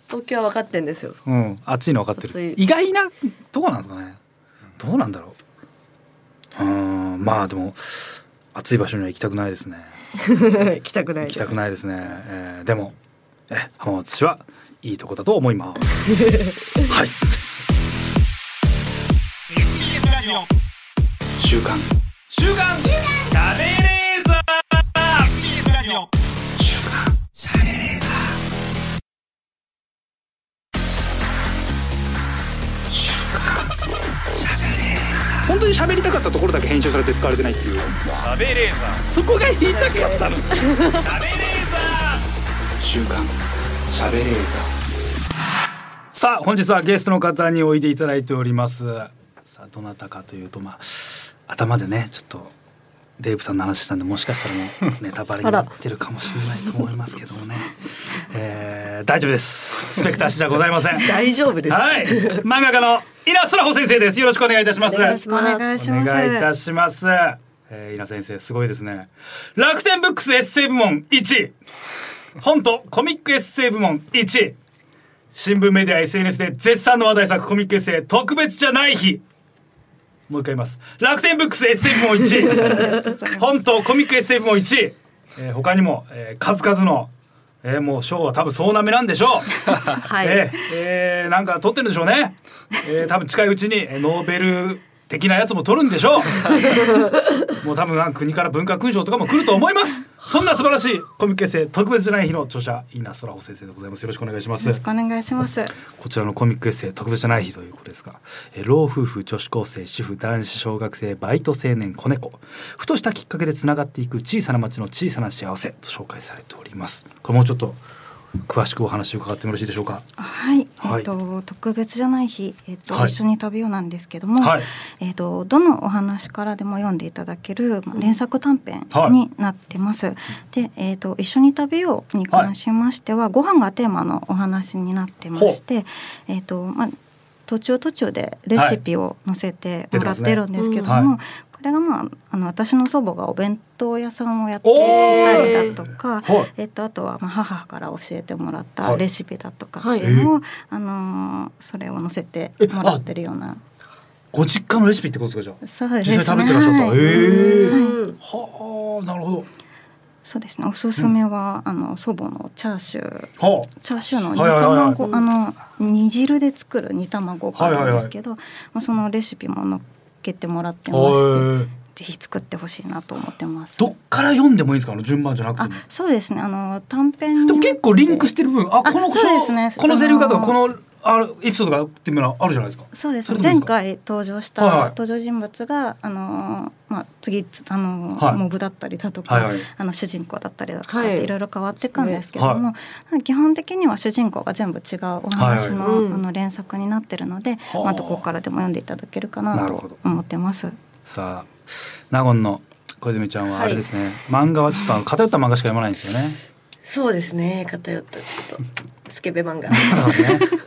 S4: 東京は分かってんですよ
S3: うん暑いの分かって
S4: 暑
S3: る
S4: い
S3: 意外なとこなんですかねどうなんだろううーんまあでも暑い場所には行きたくないですね
S6: [LAUGHS]
S4: 行きたくない
S3: 行
S4: で
S3: き
S4: す
S3: たくないですね、えーでもえ浜松市はいいとこだと思います。はい。
S2: TBS ラジオ
S1: 週刊
S2: 週刊食べレーザー TBS ラジオ
S1: 本当に喋りたかったところだけ編集されて使われてないっていう
S2: 食べレーザー
S1: そこが言いたかったの
S2: 食べレーザ
S1: 週刊喋れー
S3: さあ本日はゲストの方においでいただいておりますさあどなたかというとまあ頭でねちょっとデーブさんの話したんでもしかしたらもうネタバレになってるかもしれないと思いますけどもね、えー、大丈夫ですスペクター氏じゃございません
S4: 大丈夫です。
S3: はい漫画家の稲須良穂先生ですよろしくお願いいたします
S4: お願いし
S7: お
S4: ます。
S7: 願いし
S3: お
S7: ます。
S3: 願いいたします。えー、稲先生すごいですね。楽天ブックスエッセイ部門1位、本とコミックエッセイ部門1位、新聞メディア SNS で絶賛の話題作コミックエッセイ特別じゃない日。もう一回言います。楽天ブックスエッセイ部門1位、本とコミックエッセイ部門1位。えー、他にも、えー、数々のえー、もう賞は多分そうなめなんでしょう。
S4: [LAUGHS] はい
S3: えーえーなんか取ってるんでしょうね。えー、多分近いうちにえーノーベル的なやつも取るんでしょ
S4: [LAUGHS]
S3: う。もう多分なんか国から文化勲章とかも来ると思います。そんな素晴らしいコミックエッセイ特別じゃない日の著者稲空穂先生でございます。よろしくお願いしま
S7: よろ
S3: す
S7: しく。お願いします。
S3: こちらのコミックエッセイ特別じゃない日ということですが、えー老夫婦、女子高生、主婦、男子小学生、バイト青年、子猫、ふとしたきっかけでつながっていく小さな町の小さな幸せと紹介されております。これもうちょっと詳しくお話を伺ってもよろしいでしょうか。
S7: はい、
S3: はい
S7: えっと特別じゃない日、えっと、
S3: はい
S7: 一緒に旅をなんですけども、
S3: はい
S7: えっとどのお話からでも読んでいただけるまあ連作短編
S3: はい
S7: になってます。で、えっと一緒に旅をに関しましては、ご飯がテーマのお話になってまして、えっとまあ途中途中でレシピを載せてもらってるんですけども、
S3: はい出てますねうん
S7: これがまああの私の祖母がお弁当屋さんをやっていたりだと
S3: お
S7: か、
S3: ーはい
S7: えっとあとはまあ母から教えてもらっ
S3: は
S7: た
S3: い
S7: レシピだとか
S4: はい
S7: っていうのを、あのーそれを載せてもらってるような
S3: ご実家のレシピってことですかじゃ
S7: そうですね
S3: 実際食べてらっしゃった
S7: はい
S3: えー
S4: うん
S3: あ。はあ、なるほど。
S7: そうですねおすすめは、あの祖母のチャーシュー
S3: は
S7: チャーシューの煮
S3: はいはいはい
S7: 卵、あの煮汁で作る煮卵があるんですけど、まあ、そのレシピも載っけてもらって
S3: あ。
S7: まして
S3: はい
S7: ぜひ作ってほしいなと思ってます
S3: どっから読んでもいいんですか、あの順番じゃなくて
S7: あ
S3: も。
S7: そうですねあの短編に
S3: でも結構リンクしててる部分、あ、この、
S7: あそうですね
S3: このセリフがとか、
S7: あの
S3: この、あ、エピソードがっていうのはあるじゃないですか。
S7: そうです
S3: そ
S7: ね
S3: れどうです
S7: 前
S3: か
S7: 回登場し
S3: はいはい
S7: た登場人物があのーまあ次あのー
S3: はい
S7: モブだったりだとか、
S3: はいはい
S7: あの主人公だったりだとかっ
S4: はい
S7: ていろいろ変わっていくんですけども、基本的には主人公が全部違うお話の,、
S4: はいはいうん
S7: あの連作になってるので、
S3: はあ
S7: まあどこからでも読んでいただけるか
S3: な
S7: な
S3: るほど
S7: と思ってます。
S3: さあ、納言の小泉ちゃんは
S6: は
S3: あ
S6: い
S3: れですね、漫画はちょっとあの偏った漫画しか読まないんですよね。 [LAUGHS]
S6: そうですね偏ったちょっとスケベ漫画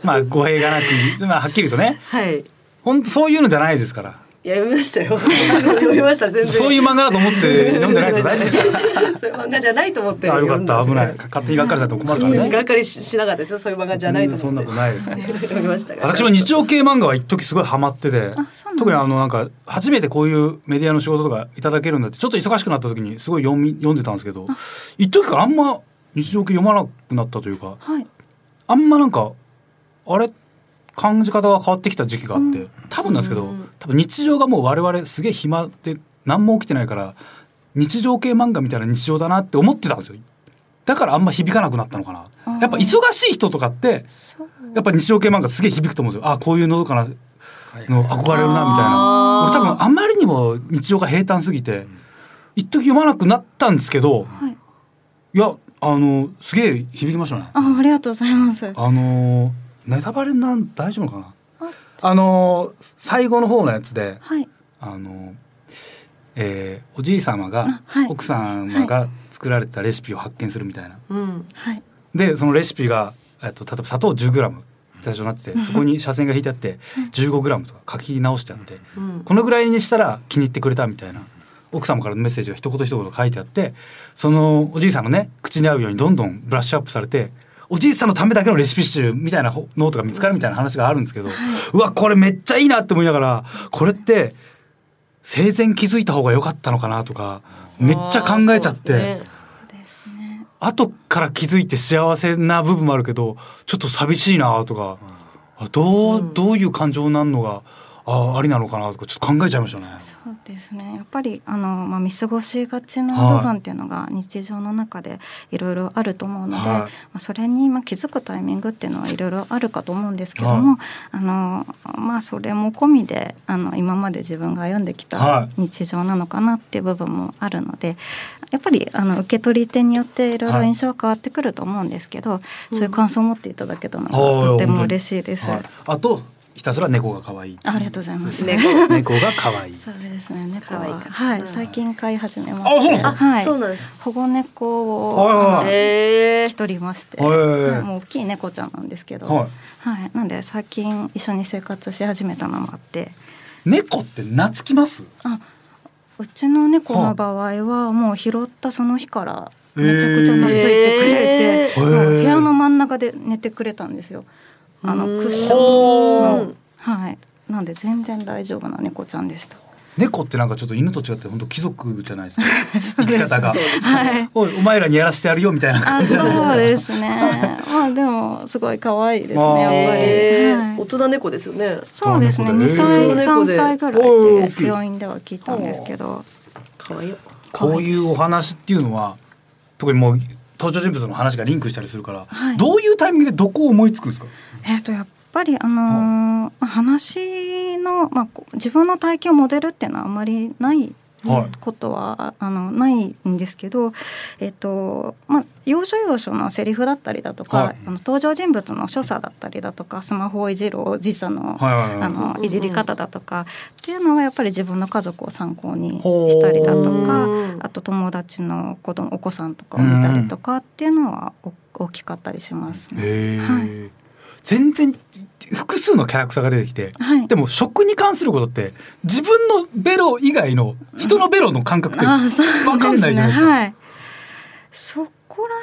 S3: まあ語弊がなく、 [LAUGHS] まあはっきりとね、
S6: はいい
S3: 本当そういうのじゃないですから。
S6: や読みました
S3: [LAUGHS]
S6: よ読みました全然
S3: そういう漫画だと思って読んでない
S4: [LAUGHS]
S3: ですよ。大丈夫ですか。
S6: [LAUGHS] そういう漫画じゃないと思って
S3: あ、よかった、危ない、
S6: か
S3: 勝手にがっかりされたら困るからね。
S6: がっかりししなかったですよそういう漫画じゃないと思って
S3: そんなことない
S4: [LAUGHS]
S3: ですけど
S6: 読みましたが
S3: 私も日常系漫画は一時すごいハマってて
S7: そうなんです
S3: 特にあのなんか初めてこういうメディアの仕事とかいただけるんだってちょっと忙しくなった時にすごい読み読んでたんですけど一時からあんま日常系読まなくなったというか
S7: はい、
S3: あんまなんかあれ感じ方が変わってきた時期があって、多分なんですけど、多分日常がもう我々すげえ暇で何も起きてないから日常系漫画みたいな日常だなって思ってたんですよだからあんま響かなくなったのかな
S7: ー
S3: やっぱ忙しい人とかって
S7: そう
S3: やっぱ日常系漫画すげえ響くと思うんですよあこういうのどかなの憧れるなみたいな
S4: あー
S3: 俺多分あまりにも日常が平坦すぎて一時読まなくなったんですけど
S7: はい、
S3: いやあのすげえ響きましたね
S7: あありがとうございます。
S3: あのーネタバレなん大丈夫かな
S7: あ
S3: あのー最後の方のやつで
S7: はい、
S3: あのーえーおじい様が
S7: あはい
S3: 奥様が作られてたレシピを発見するみたいな
S6: うん
S7: はい、
S3: でそのレシピが、えっと、例えば砂糖 10g 最初になっててそこに斜線が引いてあって 15g とか書き直してあって
S6: うん
S3: このぐらいにしたら気に入ってくれたみたいな奥様からのメッセージが一言一言書いてあってそのおじいさんのね口に合うようにどんどんブラッシュアップされておじいさんのためだけのレシピ集みたいなほノートが見つかるみたいな話があるんですけどうわこれめっちゃいいなって思いながらこれって生前気づいた方が良かったのかなとかめっちゃ考えちゃって
S4: あーそうですね
S7: ですね。
S3: あ,、後から気づいて幸せな部分もあるけどちょっと寂しいなとか、あどう、どういう感情になるのがあありなのかなとかちょっと考えちゃいましたね。
S7: そうですねやっぱりあの、まあ、見過ごしがちな
S3: はい
S7: 部分っていうのが日常の中でいろいろあると思うので、
S3: はい
S7: まあ、それにまあ気づくタイミングっていうのはいろいろあるかと思うんですけど
S3: は
S7: も、あのまあ、それも込みであの今まで自分が歩んでき
S3: はい
S7: た日常なのかなっていう部分もあるのでやっぱりあの受け取り手によっていろいろ印象は変わってくると思うんですけど、そういう感想を持っていただけたのが
S3: はい
S7: とても嬉しいです。
S3: はいあとひたすら猫が可愛い。
S7: ありがとうございます。 [LAUGHS]
S3: 猫が可愛い。
S7: そうですね。猫
S6: 可
S7: は
S6: 愛いから
S7: はい、最近飼い始めまし
S3: あそうな
S7: て、
S3: の
S7: はい、
S6: そうなんです。
S7: 保護猫を
S3: はいはいはい
S7: あの
S4: え
S7: 一人いまして、
S3: はいはいはい
S7: もう大きい猫ちゃんなんですけど、
S3: は
S7: はいい、なんで最近一緒に生活し始めたのもあって、
S3: 猫って懐きます？
S7: あ、うちの猫の場合はもう拾ったその日からめちゃくちゃ懐いてくれて、
S3: へー
S7: もう
S3: へー
S7: 部屋の真ん中で寝てくれたんですよ。あの
S6: うーん
S7: クッション
S6: ほ
S7: の、はい、なんで全然大丈夫な猫ちゃんでした。
S3: 猫ってなんかちょっと犬と違って本当貴族じゃないです
S7: [LAUGHS]
S3: か。生き方が。
S7: はい。
S3: おいお前らにやらしてやるよみたいな感
S7: あ、
S3: じじゃ
S7: そう
S3: ないで
S7: です
S3: か。
S7: すね。まあでもすごい可愛いですね。
S3: あー
S7: やっぱり。
S6: 大
S7: はい
S6: 人猫ですよね。
S7: そうですね。
S3: なる
S7: 二
S3: ほど
S6: ね
S7: 歳三歳ぐら
S3: おー
S7: い
S3: 大きい
S7: で病院では聞いたんですけど、
S6: 可愛いよ。
S3: こういうお話っていうのは特にもう登場人物の話がリンクしたりするから、
S7: はい
S3: どういうタイミングでどこを思いつくんですか。
S7: えっとやっぱりあのーまあ話のまあこう自分の体験をモデルっていうのはあまりない。
S3: はい
S7: ことはあのないんですけど、えっとまあ、要所要所のセリフだったりだとか、
S3: はい
S7: あの登場人物の所作だったりだとかスマホをいじるおじいさん
S3: は
S7: の
S3: いはいはい
S6: うん
S7: あ
S6: う
S7: の
S6: ん
S7: いじり方だとかっていうのはやっぱり自分の家族を参考にしたりだとか
S6: ほう
S7: あと友達の子供お子さんとかを見たりとかっていうのはお大きかったりしますね。
S3: へえ、
S7: は
S3: 全然複数のキャラクターが出てきて、
S7: はい
S3: でも食に関することって自分のベロ以外の人のベロの感覚って
S7: あそう
S3: わかんないじゃないですか。
S7: はい、そこら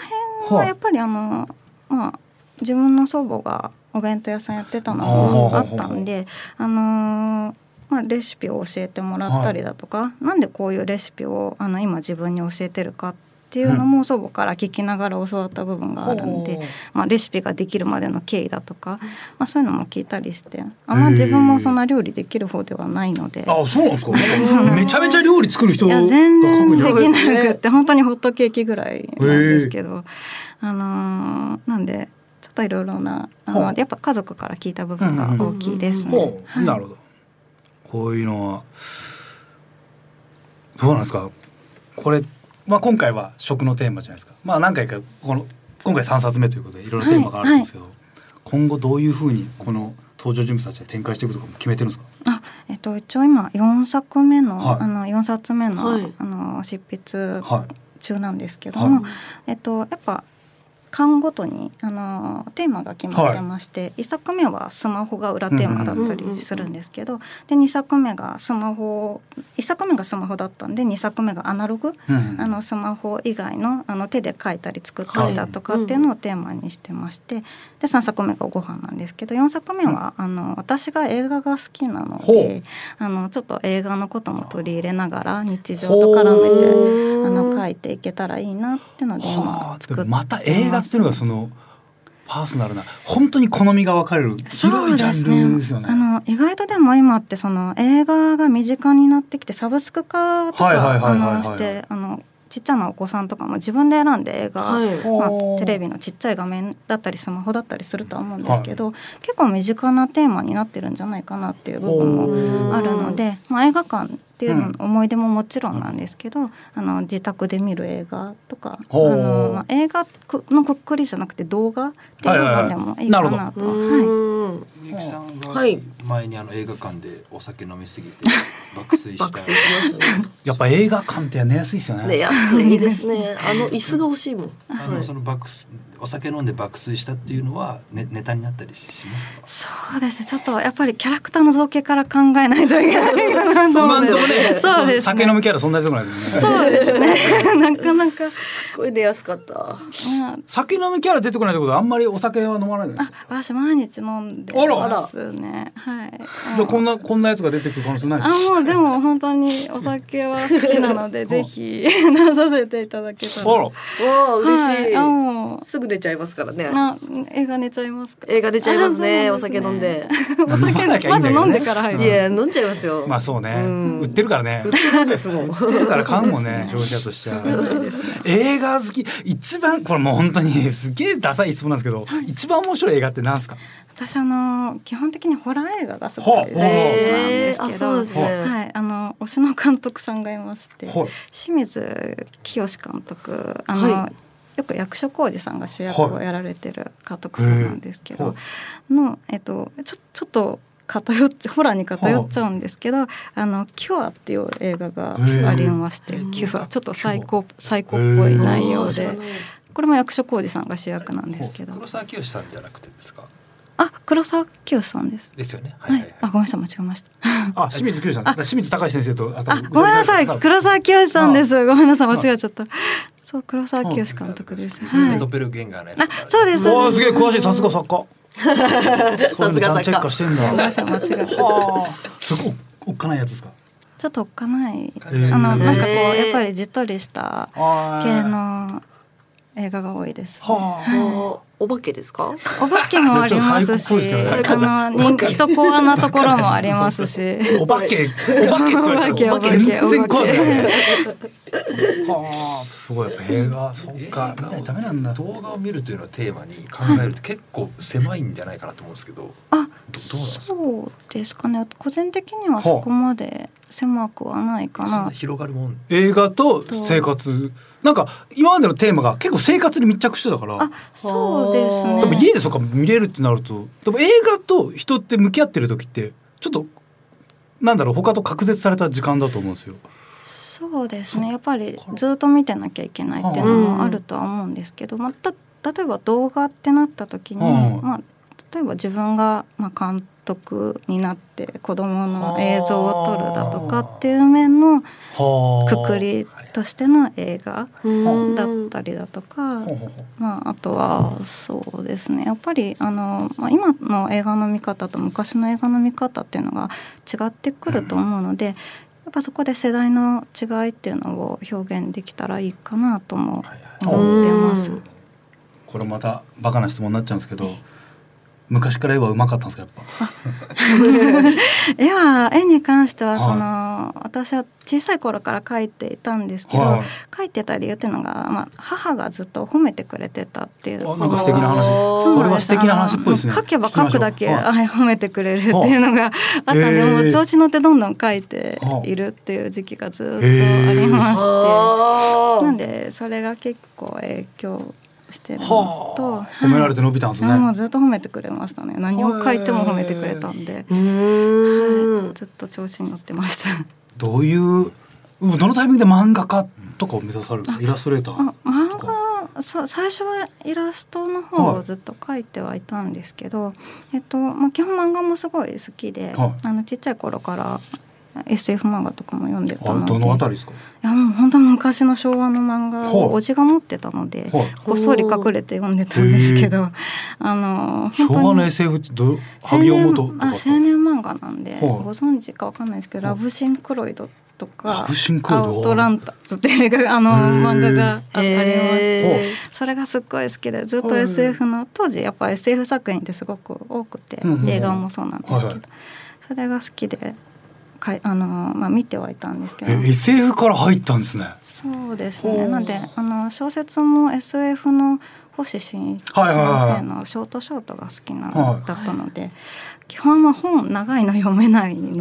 S7: 辺はやっぱりあの、まあ自分の祖母がお弁当屋さんやってたのもあったんであのーまあ、レシピを教えてもらったりだとか、なんでこういうレシピをあの今自分に教えてるかっていうのも祖母から聞きながら教わった部分があるんで、まあ、レシピができるまでの経緯だとか、まあ、そういうのも聞いたりしてあんま自分もそんな料理できる方ではないので。
S3: あ、そうなん
S7: [LAUGHS]
S3: ですか。めちゃめちゃ料理作る人
S7: い
S3: が
S7: や
S3: 書く
S7: 全然
S3: じゃ
S7: で
S3: ん
S7: きなくって本当にホットケーキぐらいなんですけど、あのーなんでちょっといろいろなあ
S3: ほ
S7: の
S3: う
S7: やっぱ家族から聞いた部分が大きいですね。
S3: ほう、なるほど。こういうのは。どうなんですか。これ、まあ、今回は食のテーマじゃないですか。まあ、何回か、この、今回三冊目ということで、いろいろテーマがあるんですけど。今後どういうふうに、この登場人物たちが展開していくとかも決めてるんですか。
S7: あえっと一応今4作目の,、
S3: はい
S7: あの4冊目の,、
S6: はい
S7: あの執筆
S3: はい。
S7: 中なんですけども、
S3: は
S7: えっとやっぱ巻ごとにあのテーマが決まってまして、1作目はスマホが裏テーマだったりするんですけど、で2作目がスマホ1作目がスマホだったんで2作目がアナログ、
S3: うん
S7: あのスマホ以外のあの手で書いたり作ったりだとかっていうのをテーマにしてまして、で3作目がご飯なんですけど4作目は、あの私が映画が好きなの
S3: ほう
S7: であのちょっと映画のことも取り入れながら日常と絡めて。あの書いていけたらいいなってので
S3: は
S7: 今
S3: あ、
S7: 作
S3: で
S7: って
S3: もまた映画っていうのが、その。パーソナルな、本当に好みが分かれる。広いジャンルですよね。
S7: あの意外とでも今ってその映画が身近になってきてサブスク化と
S3: はいはいはい
S7: か
S3: は
S7: あ
S3: いはい
S7: のしてあのちっちゃなお子さんとかも自分で選んで映画、
S6: はい
S7: ま
S3: ほう
S7: あ、テレビのちっちゃい画面だったりスマホだったりするとは思うんですけど、結構身近なテーマになってるんじゃないかなっていう部分もあるので、まあ、映画館っていうのの思い出ももちろんなんですけど、あの自宅で見る映画とかあ
S3: ほう
S7: の、まあ、映画のくっくりじゃなくて動画っていうのでもいいかなと。はい
S6: は
S5: みゆきさんが
S6: はい
S5: 前にあの映画館でお酒飲みすぎて爆睡
S6: い。
S5: した
S6: 爆睡しましたね。
S3: やっぱ映画館って寝やすいですよね。
S6: ね安いですね。あの椅子が欲しいもん。
S5: あ
S6: は
S5: の
S6: い
S5: その爆睡お酒飲んで爆睡したっていうのはネネタになったりしますか
S7: そうですねちょっとやっぱりキャラクターの造形から考えないといけないかなと思
S3: 今
S7: っ
S3: ん
S7: て
S3: とこね
S7: そうですね
S3: 酒飲みキャラそんなとこないですよね。
S7: そうですね [LAUGHS] なかなか
S6: ごい出やすかった。
S7: まあ
S3: 酒飲みキャラ出てこないってことはあんまりお酒は飲まないんですか
S7: 私毎日飲んで
S3: あら
S7: ますね。はい。
S3: じゃあこんなこんなやつが出てくる可能性ないで
S7: あ
S3: す
S7: もうでも本当にお酒は好きな
S3: [LAUGHS]
S7: のでぜひ [LAUGHS] なさせていただけた。
S3: からあら
S6: わあ嬉し。
S7: はいあもう
S6: すぐ出ちゃいますからね。
S7: な映画寝ちゃ
S3: [LAUGHS]
S7: いますか。
S4: 映画出ちゃいますね
S7: あ
S4: お酒飲んで。
S7: お酒
S3: 飲まなきゃいい
S7: ま
S3: んだ
S7: ず
S3: けどね
S7: 飲んでから入
S4: い
S7: る。
S4: や飲んじゃいますよ。
S3: まあそうね、
S4: うん
S3: 売ってるからね売
S4: そうですもん。
S3: ってるから買うもんね消費者としては映画好き一番これもう本当にすげえダサい質問なんですけど、一番面白い映画って何ですか
S7: 私あの基本的にホラー映画がすごい好きなん
S4: へー
S7: ですけど。
S4: あそうですね。
S7: はい、あの推しの監督さんがいまして、
S3: はい
S7: 清水清監督あの、
S4: は
S7: よく役所広司さんが主役をやられてる監督さ
S3: はい
S7: んなんですけど、
S3: はい
S7: の、えっと、ちょちょっと偏っち [LAUGHS] ゃホラーに偏っちゃうんですけど「あのキュア」っていう映画がありまして「キュア」ちょっと最高最高っぽい内容
S6: 知ら
S7: で
S6: ない
S7: これも役所広司さんが主役なんですけど
S5: 黒沢清さんじゃなくてですか
S7: あ黒沢清さんです。
S5: ですよねは
S7: はいい
S5: はい、
S7: あ
S5: はい
S7: ごめんなさい間違えま [LAUGHS] した。
S3: あ清水久司さんだから清水隆先生とあ
S7: あ、ごめんなさい、黒沢清さんです。ごめんなさい、間違えちゃった。そう、黒沢清監督です。は
S5: はいド。ペルゲンガーのやつ
S7: あ、そうです。
S3: わ
S7: そう
S3: あす
S7: で
S3: げえ詳しいさすが作
S7: [LAUGHS]
S3: 家
S4: さ
S3: そういうの
S4: すが作
S3: ちゃんとチェック
S4: 家。
S3: してん
S7: す。ごめん
S3: だ
S7: なさい、間違えた。
S3: はあそこおっかないやつですか
S7: ちょっとおっかない。あ
S3: ー
S7: の、なんかこう、やっぱりじっとりした
S3: あー
S7: 系の映画が多いです。
S3: はあ
S4: おお化けですか？
S7: お化けもあります
S3: ちょっと
S7: し、
S3: 最高ですけどね
S7: あの、人気とコアなところもありますし。
S3: お化けお化けと言われたら
S7: お化け
S3: 全
S7: お化け
S3: 然怖くないねはあすごいやっぱ映
S7: [LAUGHS]
S3: 画そっか見ないとダメなんだ
S5: 動画を見るというのをテーマに考えると結構狭いんじゃないかなと思うんですけど、
S7: あ
S5: どどうなんですか
S7: そうですかね。個人的にはそこまで狭くはないか
S5: そんな
S7: な。
S5: 広がるもん
S3: 映画と生活なんか今までのテーマが結構生活に密着してたから
S7: あ、そうですね。
S3: でも家でそっか見れるってなるとでも映画と人って向き合ってる時ってちょっとなんだろう他と隔絶された時間だと思うんですよ。
S7: そうですねやっぱりずっと見てなきゃいけないっていうのもあるとは思うんですけど、また例えば動画ってなった時に、
S3: うん
S7: まあ、例えば自分がまあ監督になって子どもの映像を撮るだとかっていう面の
S3: は
S7: くくりとしての映画
S4: うん
S7: だったりだとか
S3: ほう、ほうほう
S7: まあ、あとはそうですねやっぱりあの、まあ、今の映画の見方と昔の映画の見方っていうのが違ってくると思うので、やっぱそこで世代の違いっていうのを表現できたらいいかなとも思ってます。
S4: うん
S3: これまたバカな質問になっちゃうんですけど昔から絵はうまかったんですかやっぱ。
S7: 絵は絵に関しては
S3: はい
S7: その、私は小さい頃から描いていたんですけど、
S3: はい
S7: 描いてた理由っていうのが、まあ、母がずっと褒めてくれてたっていう
S3: あなんか素敵な話
S4: そう
S3: これは素敵な話っぽいですね
S7: あの書けば書くだ
S3: 聞
S7: け、
S3: きましょう
S7: はい、褒めてくれるっていうのがあったんで、
S3: へー
S7: もう調子乗ってどんどん書いているっていう時期がずっとありまして、
S4: あ
S7: な
S4: ー
S7: んでそれが結構影響してるのと、はい
S3: 褒められて伸びたんですね。
S7: もうずっと褒めてくれましたね何を書いても褒めてくれたんで、
S4: うーん
S7: ずっと調子に乗ってました
S3: どういうどのタイミングで漫画家とかを目指されるイラストレーター
S7: あ漫画さ最初はイラストの方をずっと描いてはいたんですけど、えっとまあ、基本漫画もすごい好きで、
S3: は
S7: あのちっちゃい頃から SF 漫画とかも読んでた
S3: あ
S7: ので
S3: どのあたりですか。
S7: いやもう本当昔の昭和の漫画
S3: はい
S7: をおじが持ってたので、
S3: はい
S7: こっそり隠れて読んでたんですけど、あの
S3: 昭和
S7: 本当
S3: の
S7: に
S3: SF ってどう
S7: 青
S3: 萩尾
S7: 年
S3: 元と
S7: あ
S3: か
S7: 青
S3: って
S7: 年漫画なんで、
S3: い
S7: ご存知かわかんないですけど「ラブシンクロイド」と
S3: ラ
S7: か
S3: ブシンクロイド
S7: アウトランタズ」っていう映
S3: [LAUGHS]
S7: 画あの漫画があありまして。
S4: へ
S7: それがすっごい好きでずっと
S3: はい
S7: SF の当時やっぱ SF 作品ってすごく多くて、
S3: うんうんうん
S7: 映画もそうなんですけど、
S3: はいはい
S7: それが好きでかいあの、まあ、見てはいたんですけど
S3: え SF から入ったんですね。
S7: そうです
S3: ほ
S7: ね
S3: う
S7: なんであの小説も SF の星新一先
S3: はいはいはい
S7: 生のショートショートが好きな、
S3: はい
S7: だったので基本は本長いの読めないので。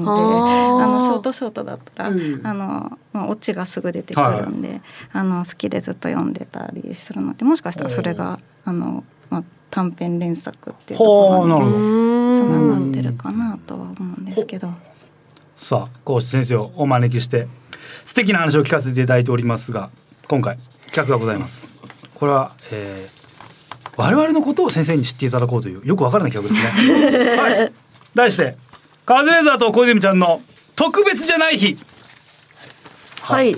S7: あのショートショートだったら、
S3: うん
S7: あのまあオチがすぐ出てくるんで、あの好きでずっと読んでたりするのでもしかしたらそれが、あのまあ短編連作っていうと
S3: は
S7: こ
S3: あな
S7: ろ
S3: るほ
S7: に
S3: ど。
S7: つ
S4: う
S7: ながってるかなとは思うんですけど、
S3: さあ講師先生をお招きして素敵な話を聞かせていただいておりますが今回企画がございますこれは、えー我々のことを先生に知っていただこうというよくわからない企画です
S7: [LAUGHS]
S3: ね、はい、題してカズレーザーと小泉ちゃんの特別じゃない日
S4: はい。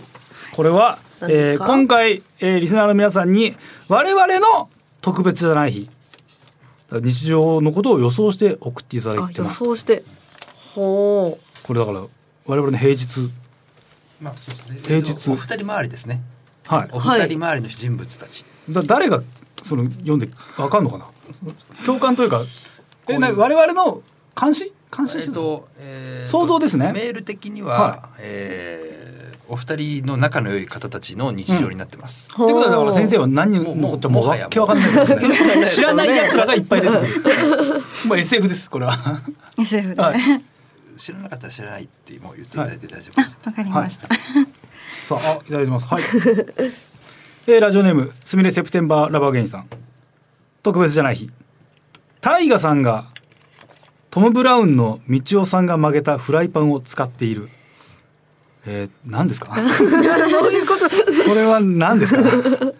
S3: これは
S6: なん
S3: え
S6: です
S3: ー
S6: か
S3: 今回、えーリスナーの皆さんに我々の特別じゃない日日常のことを予想して送っていただ
S4: あ
S3: いて
S4: 予
S3: ます
S4: 想してほう
S3: これだから我々の平日
S5: まあそうですね
S3: 平日
S5: えっとお二人周りですね
S3: はい
S5: お二人周りの人物たち、
S3: だ誰がその読んでわかんのかな共感というか
S5: こうい
S3: え
S5: う
S3: な我々の監視監視
S5: え
S3: して
S5: っ
S3: るの
S5: とえー
S3: 想像ですね
S5: メール的には、
S3: は
S5: えーお二人の仲の良い方たちの日常になってます、
S4: ほ
S3: っ
S4: う
S3: てことはだから先生は何
S5: もうも
S3: 人
S5: う
S3: もこっちゃもう
S5: も
S3: わ
S5: はや
S3: けわかんないです
S5: [LAUGHS]
S3: ね知らない奴らがいっぱい出てくるまあ SF ですこれは
S7: SF で、 [LAUGHS]
S3: はい
S5: 知らなかったら知らないってもう言っていただいて大丈夫です、
S7: あわかりました、
S3: さああいただいてますはい、 [LAUGHS] えーラジオネームすみれセプテンバーラバーゲインさん特別じゃない日タイガさんがトム・ブラウンの道夫さんが曲げたフライパンを使っているえー、何です [LAUGHS] か
S4: どういう
S6: [LAUGHS]
S4: こと
S3: これは何ですか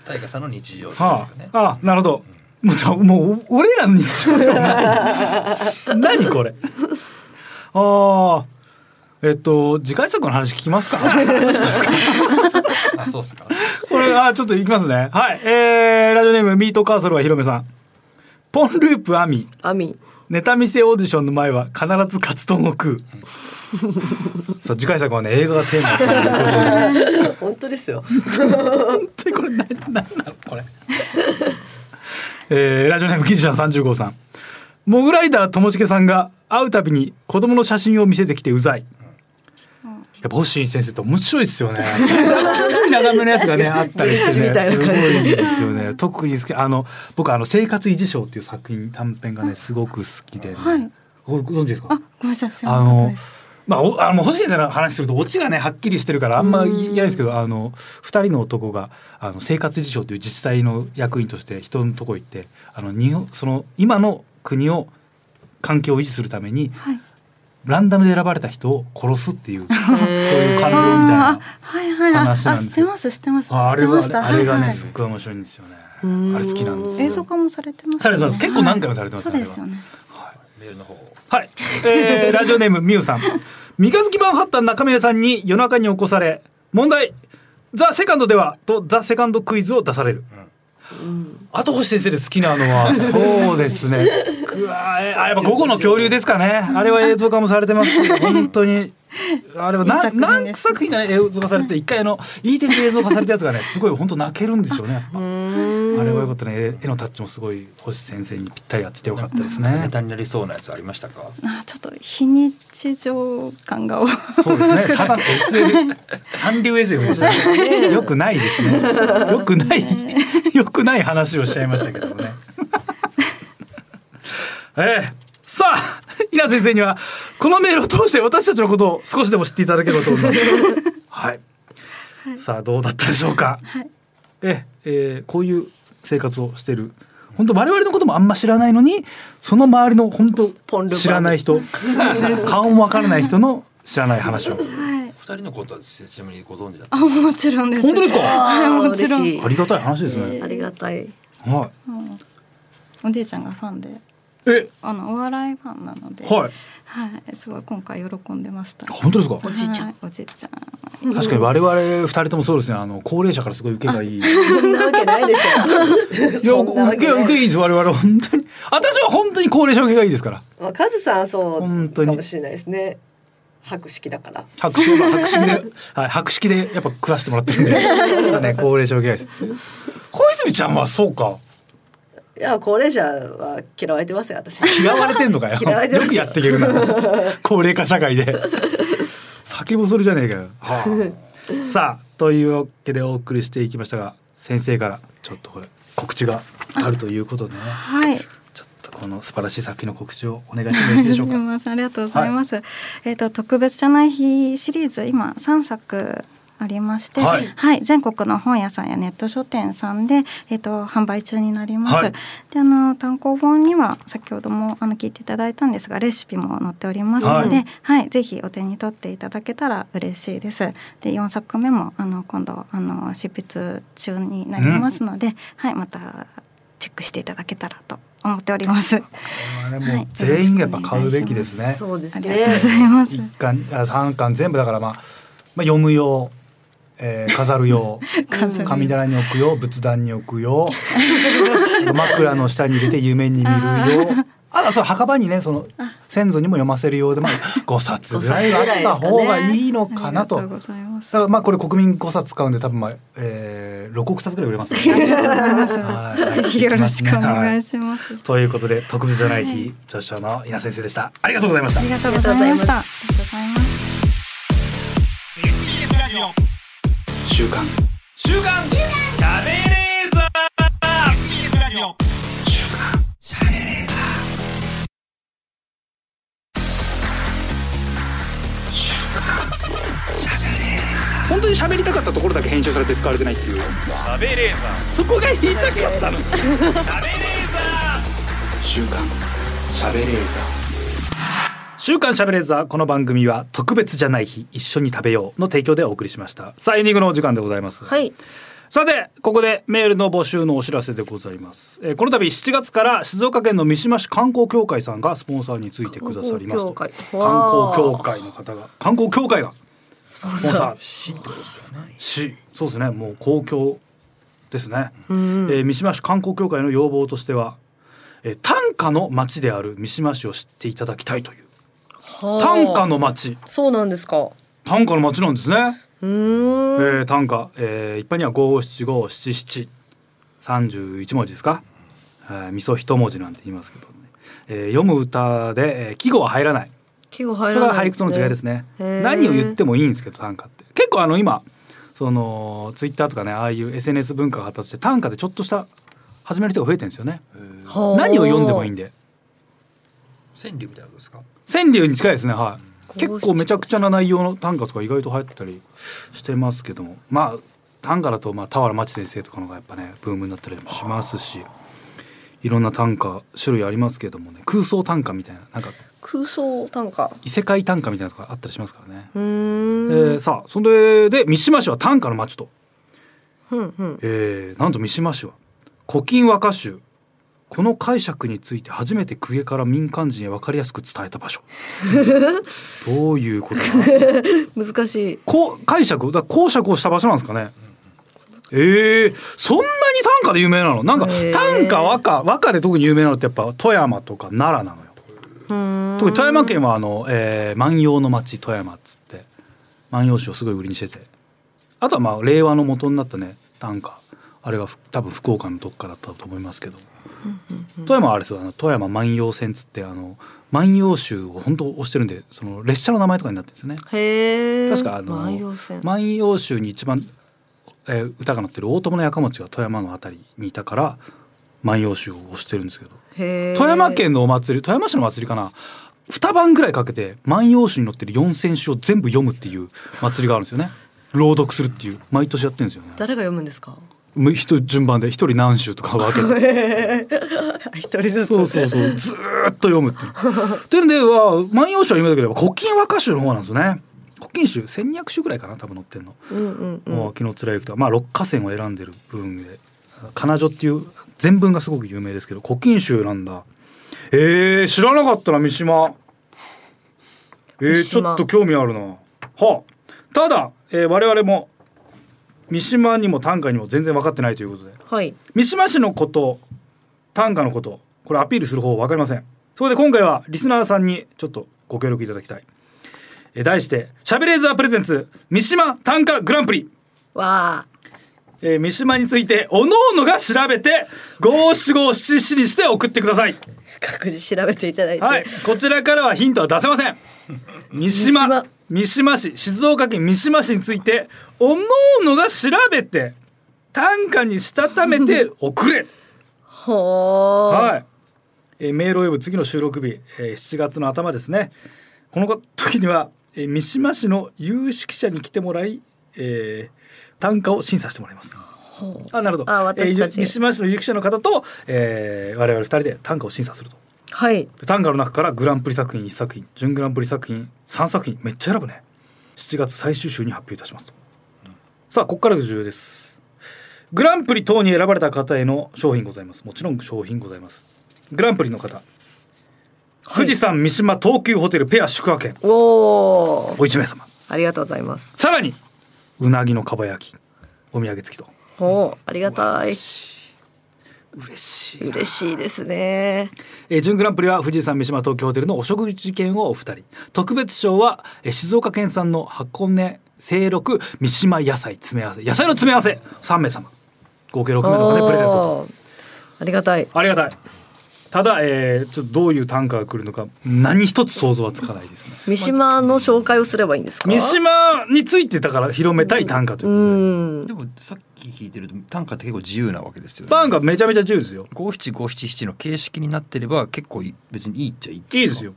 S5: 大河さんの日常です
S3: は
S5: かね、
S3: あ、ああなるほど。もうじゃあもうお俺らの日常では [LAUGHS] ない。何これ。ああ。えっと次回作の話聞きますか。
S5: あそうっすか
S3: これあちょっといきますね。はい。えー、ラジオネームミートカーソルはひろめさん。ポンループアミ
S4: アミ
S3: ネタ見せオーディションの前は必ずカツ丼を食う。さあ次回作はね映画がテーマということで。
S6: 本当ですよ。
S3: 本当にこれ何何なのこれ。 [LAUGHS] えー、ラジオネームキジシャン三十号さん。モグライダーともしげさんが会うたびに子供の写真を見せてきてうざい。やっぱ星新先生って面白いです
S4: [LAUGHS]
S3: よね。ちょっと長めのやつがねあったりして
S4: ブリーチみたい
S3: ね、
S4: な
S3: す
S4: 感
S3: ご
S4: じ
S3: いいいですよね。特に好きあの僕あの生活維持賞っていう作品短編がねすごく好きで、ね。
S7: はい
S3: ごご存知ですか
S7: あ。ごめんなさい知ら
S3: あ
S7: なかった
S3: の
S7: です、
S3: まあ、おあの星先生の話するとオチがねはっきりしてるからあんま嫌ですけどあの2人の男があの生活事情という自治体の役員として人のとこ行ってあのにその今の国を環境を維持するために
S7: はい
S3: ランダムで選ばれた人を殺すって
S7: [LAUGHS]
S3: いうそういう官僚みたい
S7: あ
S3: な
S7: ーあはいはいああ
S3: 話なんです
S7: 知ってます知ってます
S3: ああ
S7: 知
S3: れ
S7: って
S3: は
S7: ました
S3: あれが
S7: は
S3: ね
S7: い
S3: すっごい面白いんですよね
S4: ん
S3: あれ好きなんです
S7: 映
S3: よ
S7: 像化もされてます、
S3: されてます結構何回もされてます
S7: はいそうですよね
S5: メールの方
S3: はい、えー、ラジオネームみゆさん三日月マンハッタン中村さんに夜中に起こされ問題ザ・セカンドではとザ・セカンドクイズを出される、あと星先生で好きなの
S7: [LAUGHS]
S3: はそうですねくわーえあやっぱ午後の恐竜ですかねあれは映像化もされてますし
S7: [LAUGHS]
S3: 本当にあれはい
S7: い
S3: な
S7: 作品
S3: 何
S7: です
S3: 作品が映像化されて一回あの E テレで映像化されたやつがねすごい本当泣けるんですよねやっぱあれはよかったね絵絵のタッチもすごい星先生にぴったり合っててよかったですね
S5: ネタになりそうなやつありましたか
S7: あちょっと非日常感が多 [LAUGHS] い
S3: そうですね。ただの SL 三流 SF でしたね。よくないですね。よくないよくない話をしちゃいましたけどもね。ええさあ稲先生にはこのメールを通して私たちのことを少しでも知っていただければと思います。はい。さあどうだったでしょうか。ええええこういう生活をしてる。本当我々のこともあんま知らないのにその周りの本
S4: ポンル
S3: 当
S4: バー
S3: 知らない
S4: [LAUGHS]
S3: 人顔もわからない人の知らない話を
S5: お二人のことはちなみにご存知だった
S7: あもちろんです
S3: 本当ですか
S7: はい
S6: あー
S7: もちろん
S6: 嬉しい
S3: ありがたい話ですね、
S6: ありがたい。
S3: は
S7: おじいちゃんがファンで
S3: いえ
S7: あのお笑いファンなので
S3: はい
S7: はいすごい今回喜んでました
S3: あ本当ですか
S7: おじいちゃん、おじいちゃん
S3: 確かに我々二人ともそうですねあの高齢者からすごい受けが
S6: [LAUGHS]
S3: いいいや
S6: そんなわけないでしょ。そんなわ
S3: 受
S6: け
S3: け
S6: な
S3: 受
S6: い
S3: けいいです我々本当に私は本当に高齢者受けがいいですから
S6: まあ、カズさんはそう
S3: 本当
S6: か
S3: に
S6: もしれないですね。博識だから。
S3: 博識は博識で、 [LAUGHS] はい、博識でやっぱ食わしてもらっ
S6: [LAUGHS]
S3: てるんでやっぱね高齢者受けがいいです小泉ちゃんはそうか
S6: いや高齢者は嫌われてますよ私。
S3: 嫌われてんのかよ
S6: 嫌われてま
S3: よ
S6: す
S3: くやっていけるな高齢化社会で酒もそれじゃねえかよ、は
S6: [LAUGHS]
S3: あ、さあというわけでお送りしていきましたが先生からちょっとこれ告知があるということでね
S7: はい
S3: ちょっとこの素晴らしい作品の告知をお願いしてもよろしい
S6: [LAUGHS]
S3: でしょう
S7: すみ
S3: か
S7: ませんありがとうございます。えっ、と特別じゃない日シリーズ今三作。ありまして、
S3: は
S7: はいい、全国の本屋さんやネット書店さんで、えっ、と販売中になります。
S3: はい
S7: で、あの単行本には先ほどもあの聞いていただいたんですが、レシピも載っておりますので、
S3: は
S7: はい、ぜひお手に取っていただけたら嬉しいです。で、四作目もあの今度あの執筆中になりますので、はい、またチェックしていただけたらと思っております。
S3: これはね
S7: はい
S3: もう全員がやっぱ買うべきですね
S6: そうです
S7: ありが
S6: ね
S7: とうご。ざいます。
S3: 一巻あ三巻全部だからまあ、まあ、読む用、ええー飾る
S7: [LAUGHS]
S3: 用神棚に置く用仏壇に置く用 [LAUGHS] 枕の下に入れて夢に見る用あそう墓場にねその先祖にも読ませるようで、まあ、5冊ぐらいはあった方がいいのかなと。
S7: ありがとうございます
S3: だからまあこれ国民5冊使うんで多分まあ、えー、6億冊ぐらい売れますね、
S7: ありがとう [LAUGHS] ございます。
S3: はい
S7: [LAUGHS] ぜひよろしくお願い
S3: は
S7: します。
S3: ということで特別じゃない日著書の稲先生でしたありがとうございました
S7: ありがとうございました。ありがとうございます。
S2: TBS ラジオ
S8: 週刊
S2: 喋れーさー TBS ラジオ
S8: 本当に喋りたかったところだけ編集されて使われてないっていう
S2: 喋れーさ
S8: そこが言いたかったの
S2: ー喋れーさ
S8: 週刊喋れー
S3: 週刊しゃべれーザーこの番組は特別じゃない日一緒に食べようの提供でお送りしましたさあエンディングのお時間でございます、
S4: はい。
S3: さてここでメールの募集のお知らせでございます、えーこの度7月から静岡県の三島市観光協会さんがスポンサーについてくださりますと
S4: 観光
S3: 観光
S4: 協会
S3: 協会の方が観光協会が
S4: スポン
S3: スポ
S4: サ
S3: ンサ
S4: ー
S3: ー。市そうですねもう公共ですね、えー三島市観光協会の要望としては、えー、短歌の町である三島市を知っていただきたいという
S4: はあ
S3: 短歌の町
S4: そうなんですか。
S3: 短歌の町なんですね、
S4: うーん。
S3: えー短歌、えー一般には五七五七七三十一文字ですか、えー、みそ一文字なんて言いますけどね、えー読む歌で、えー季語は入らない
S4: 季語入
S3: そ
S4: ら
S3: れ
S4: な
S3: はい俳
S4: ん
S3: 句との違いです。ね。
S4: へー
S3: 何を言ってもいいんですけど短歌って結構あの今そのツイッターとかねああいう SNS 文化が発達して短歌でちょっとした始める人が増えてるんですよね。
S4: はあ
S3: 何を読んでもいいん。で
S5: 川柳みたいなことですか
S3: 川柳に近いですねはい。
S4: うん
S3: 結構めちゃくちゃな内容の短歌とか意外と流行ったりしてますけどもまあ短歌だとまあ俵町先生とかのがやっぱねブームになったりもしますしいろんな短歌種類ありますけどもね空想短歌みたいななんか
S4: 空想短歌。
S3: 異世界短歌みたいなのがあったりしますからね。
S4: うーん。
S3: えーさあそれで三島市は短歌の町と、
S4: うんうん。
S3: えーなんと三島市は「古今和歌集」この解釈について初めて公家から民間人へ分かりやすく伝えた
S4: [LAUGHS]
S3: 場所どういうことかな
S4: 難しい。
S3: [LAUGHS] こう解釈だから講釈をした場所なんですかねえー、そんなに短歌で有名なのなんか
S4: へー
S3: 短歌和歌和歌で特に有名なのってやっぱ富山とか奈良なのよ
S4: うーん。
S3: 特に富山県はあの、えー万葉の町富山っつって万葉集をすごい売りにしててあとはまあ令和の元になったね短歌あれがふ多分福岡のどっかだったと思いますけど富山はあれですよあの富山万葉線っつってあの万葉集を本当押してるんでその列車の名前とかになってるんですね。
S4: へえ。
S3: 確かあの
S4: 万葉線。
S3: 万葉集に一番、えー歌が載ってる大友のやかもちが富山のあたりにいたから万葉集を推してるんですけど
S4: へー
S3: 富山。県のお祭り富山市のお祭りかな二晩ぐらいかけて万葉集に載ってる四千首を全部読むっていう祭りがあるんですよね朗読するっていう毎年やってるんですよね
S4: 誰が読むんですか。
S3: もう人順番で一人何首とか分けて
S4: [LAUGHS] 一人ず
S3: [LAUGHS] そうそうそうずーっと読むっていうというのでは万葉集は読めたければ古今和歌集の方なんですね古今集千二百首ぐらいかな多分載ってんの
S4: うんうんうん。
S3: もう秋の貫之とか、まあ、六花仙を選んでる文で「彼女」っていう全文がすごく有名ですけど「古今集」なんだえー、知らなかったな三島えー、
S4: 三
S3: ち
S4: 島
S3: ょっと興味あるなはあただ、えー我々も三島にも短歌にも全然分かってないということで
S4: はい。
S3: 三島市のこと短歌のことこれアピールする方法分かりませんそこで今回はリスナーさんにちょっとご協力いただきたいえー題して「シャベレーザープレゼンツ三島短歌グランプリ」
S4: わあ。
S3: えー三島についておのおのが調べて五七五七七にして送ってください。
S4: 各自調べていただいて。
S3: はい、こちらからはヒントは出せま
S4: [LAUGHS]
S3: せん。三島
S4: 三島
S3: 三島市静岡県三島市についておのおのが調べて短歌にしたため
S4: [LAUGHS]
S3: て送れ。
S4: ほー。
S3: はい、えーメールを呼ぶ次の収録日、えー7月の頭ですねこの時には、えー三島市の有識者に来てもらい、えー単価を審査してもらいますあなるほど
S4: あ私たち
S3: えーゆ三島市の有識者の方と、えー我々二人で単価を審査すると
S4: はい。
S3: で単価の中からグランプリ作品1作品準グランプリ作品3作品めっちゃ選ぶね7月最終週に発表いたしますと、さあここからが重要ですグランプリ等に選ばれた方への商品ございますもちろん商品ございますグランプリの方、富士山三島東急ホテルペア宿泊券
S4: おお。
S3: お1名様
S4: ありがとうございます。
S3: さらにうなぎのかば焼きお土産付きと
S4: おーありがたい。
S3: 嬉しい
S4: 嬉しいですね。
S3: えー準グランプリは富士山三島東京ホテルのお食事券をお二人特別賞は、えー静岡県産の箱根清六三島野菜詰め合わせ野菜の詰め合わせ3名様合計6名の方にプレゼントと
S4: おーありがたい。
S3: ありがたいただ、えーちょっとどういう単価が来るのか何一つ想像はつかないですね
S4: 三島の紹介をすればいいんですか。
S3: 三島についてだから広めたい単価といううことで、
S4: ん。
S5: でもさっき聞いてると短歌って結構自由なわけですよね
S3: 単価めちゃめちゃ自由ですよ
S5: 五七五七七の形式になってれば結構いい別にいいっちゃいい
S3: いいですよ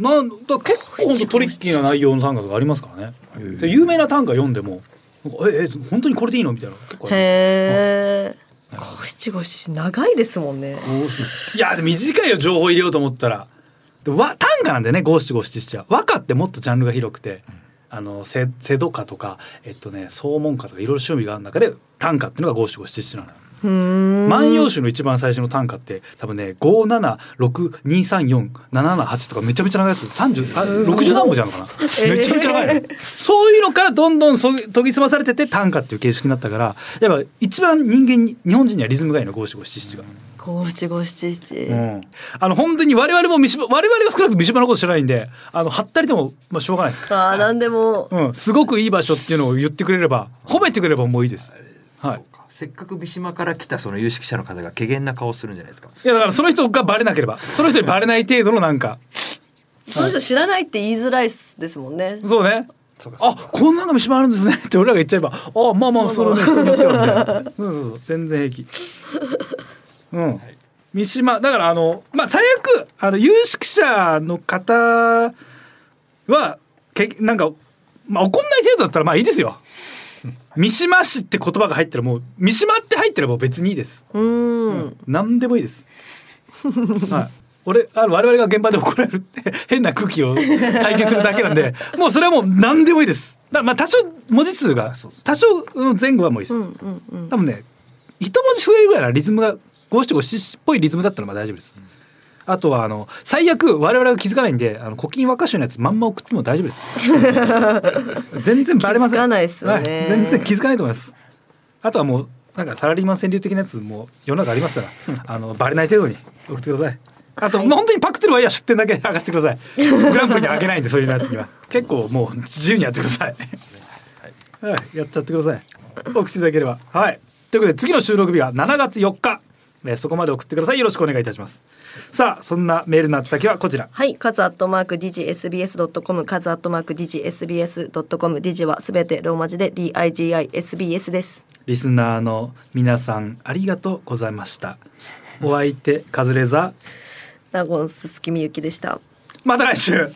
S3: なんだから結構ほんとトリッキーな内容の単価とかありますからねで有名な単価読んでもなんかええ本当にこれでいいのみたいなの結構ありま
S4: へえ。五七五七長いですもんね。
S3: すいやでも短いよ情報入れようと思ったらでわ単価なんだよね五七五七七は和歌ってもっとジャンルが広くて、あのせ瀬戸歌とかえっとね総門歌とかいろいろ趣味がある中で単価っていうのが五七五七七なのよ
S4: うーん。
S3: 万葉集の一番最初の単価って多分ね五七六二三四七七八とかめちゃめちゃ長いやつ三十六十何文字あるのかなめちゃめちゃ長いの、そういうのからどんどんそぎ研ぎ澄まされてって単価っていう形式になったからやっぱ一番人間に日本人にはリズムがいいの五七五七七が。
S4: 五七五七七
S3: う。ん、あの本当に我々も三島我々は少なくとも三島のこと知らないんであの貼ったりでもまあしょうがないです、
S4: ああなんでも。
S3: うん、すごくいい場所っていうのを言ってくれれば褒めてくれればもういいです、はい、
S5: せっかく三島から来たその有識者の方が怪げな顔するんじゃないですか
S3: いやだからその人がバレなければその人にバレない程度のなんか
S4: その人知らないって言いづらいですもんね。
S3: そうね
S5: そうかそう
S3: あ
S5: か
S3: こんなのが島あるんですねって俺らが言っちゃえばあまあまあそのね人によってはみたいなそうそうそう全然平気うん、三島だからあのまあ最悪あの有識者の方はけなんか、まあ、怒んない程度だったらまあいいですよ三島市って言葉が入ってるもう三島って入ってれば別にいいです
S4: うーん。
S3: 何でもいいです。はい。俺あの我々が現場で怒られるって [LAUGHS] 変な空気を体験するだけなんで、 [LAUGHS] もうそれはもう何でもいいです。だまあ多少文字数が多少うん前後はもういいです。
S4: うんうんうん。
S3: 多分ね一文字増えるぐらいなリズムが五七五七っぽいリズムだったらまあ大丈夫です。あとはあの最悪我々が気づかないんであの古今和歌集のやつまんま送っても大丈夫です。
S4: [LAUGHS]
S3: 全然バレません。
S4: 気づかないっすよね
S3: はい全然気づかないと思います。あとはもうなんかサラリーマン川柳的なやつも世の中ありますから、あのバレない程度に送ってください。あと、まあ本当にパクってる場合は出店だけ剥がしてください。グランプリにあげないんでそういうやつには結構もう自由にやってください。はい、やっちゃってください。お口いただければ。はい。ということで、次の収録日は7月4日。えーそこまで送ってください。よろしくお願いいたします。さあ、そんなメールの宛先はこちら。
S4: はい、カズアットマークディジ SBS ドットコム、カズアットマークディジ SBS ドットコム、ディジはすべてローマ字で D I G I S B S です。
S3: リスナーの皆さん、ありがとうございました。お相手、カズレーザー。
S4: ナゴンススキミユキでした。
S3: また来週。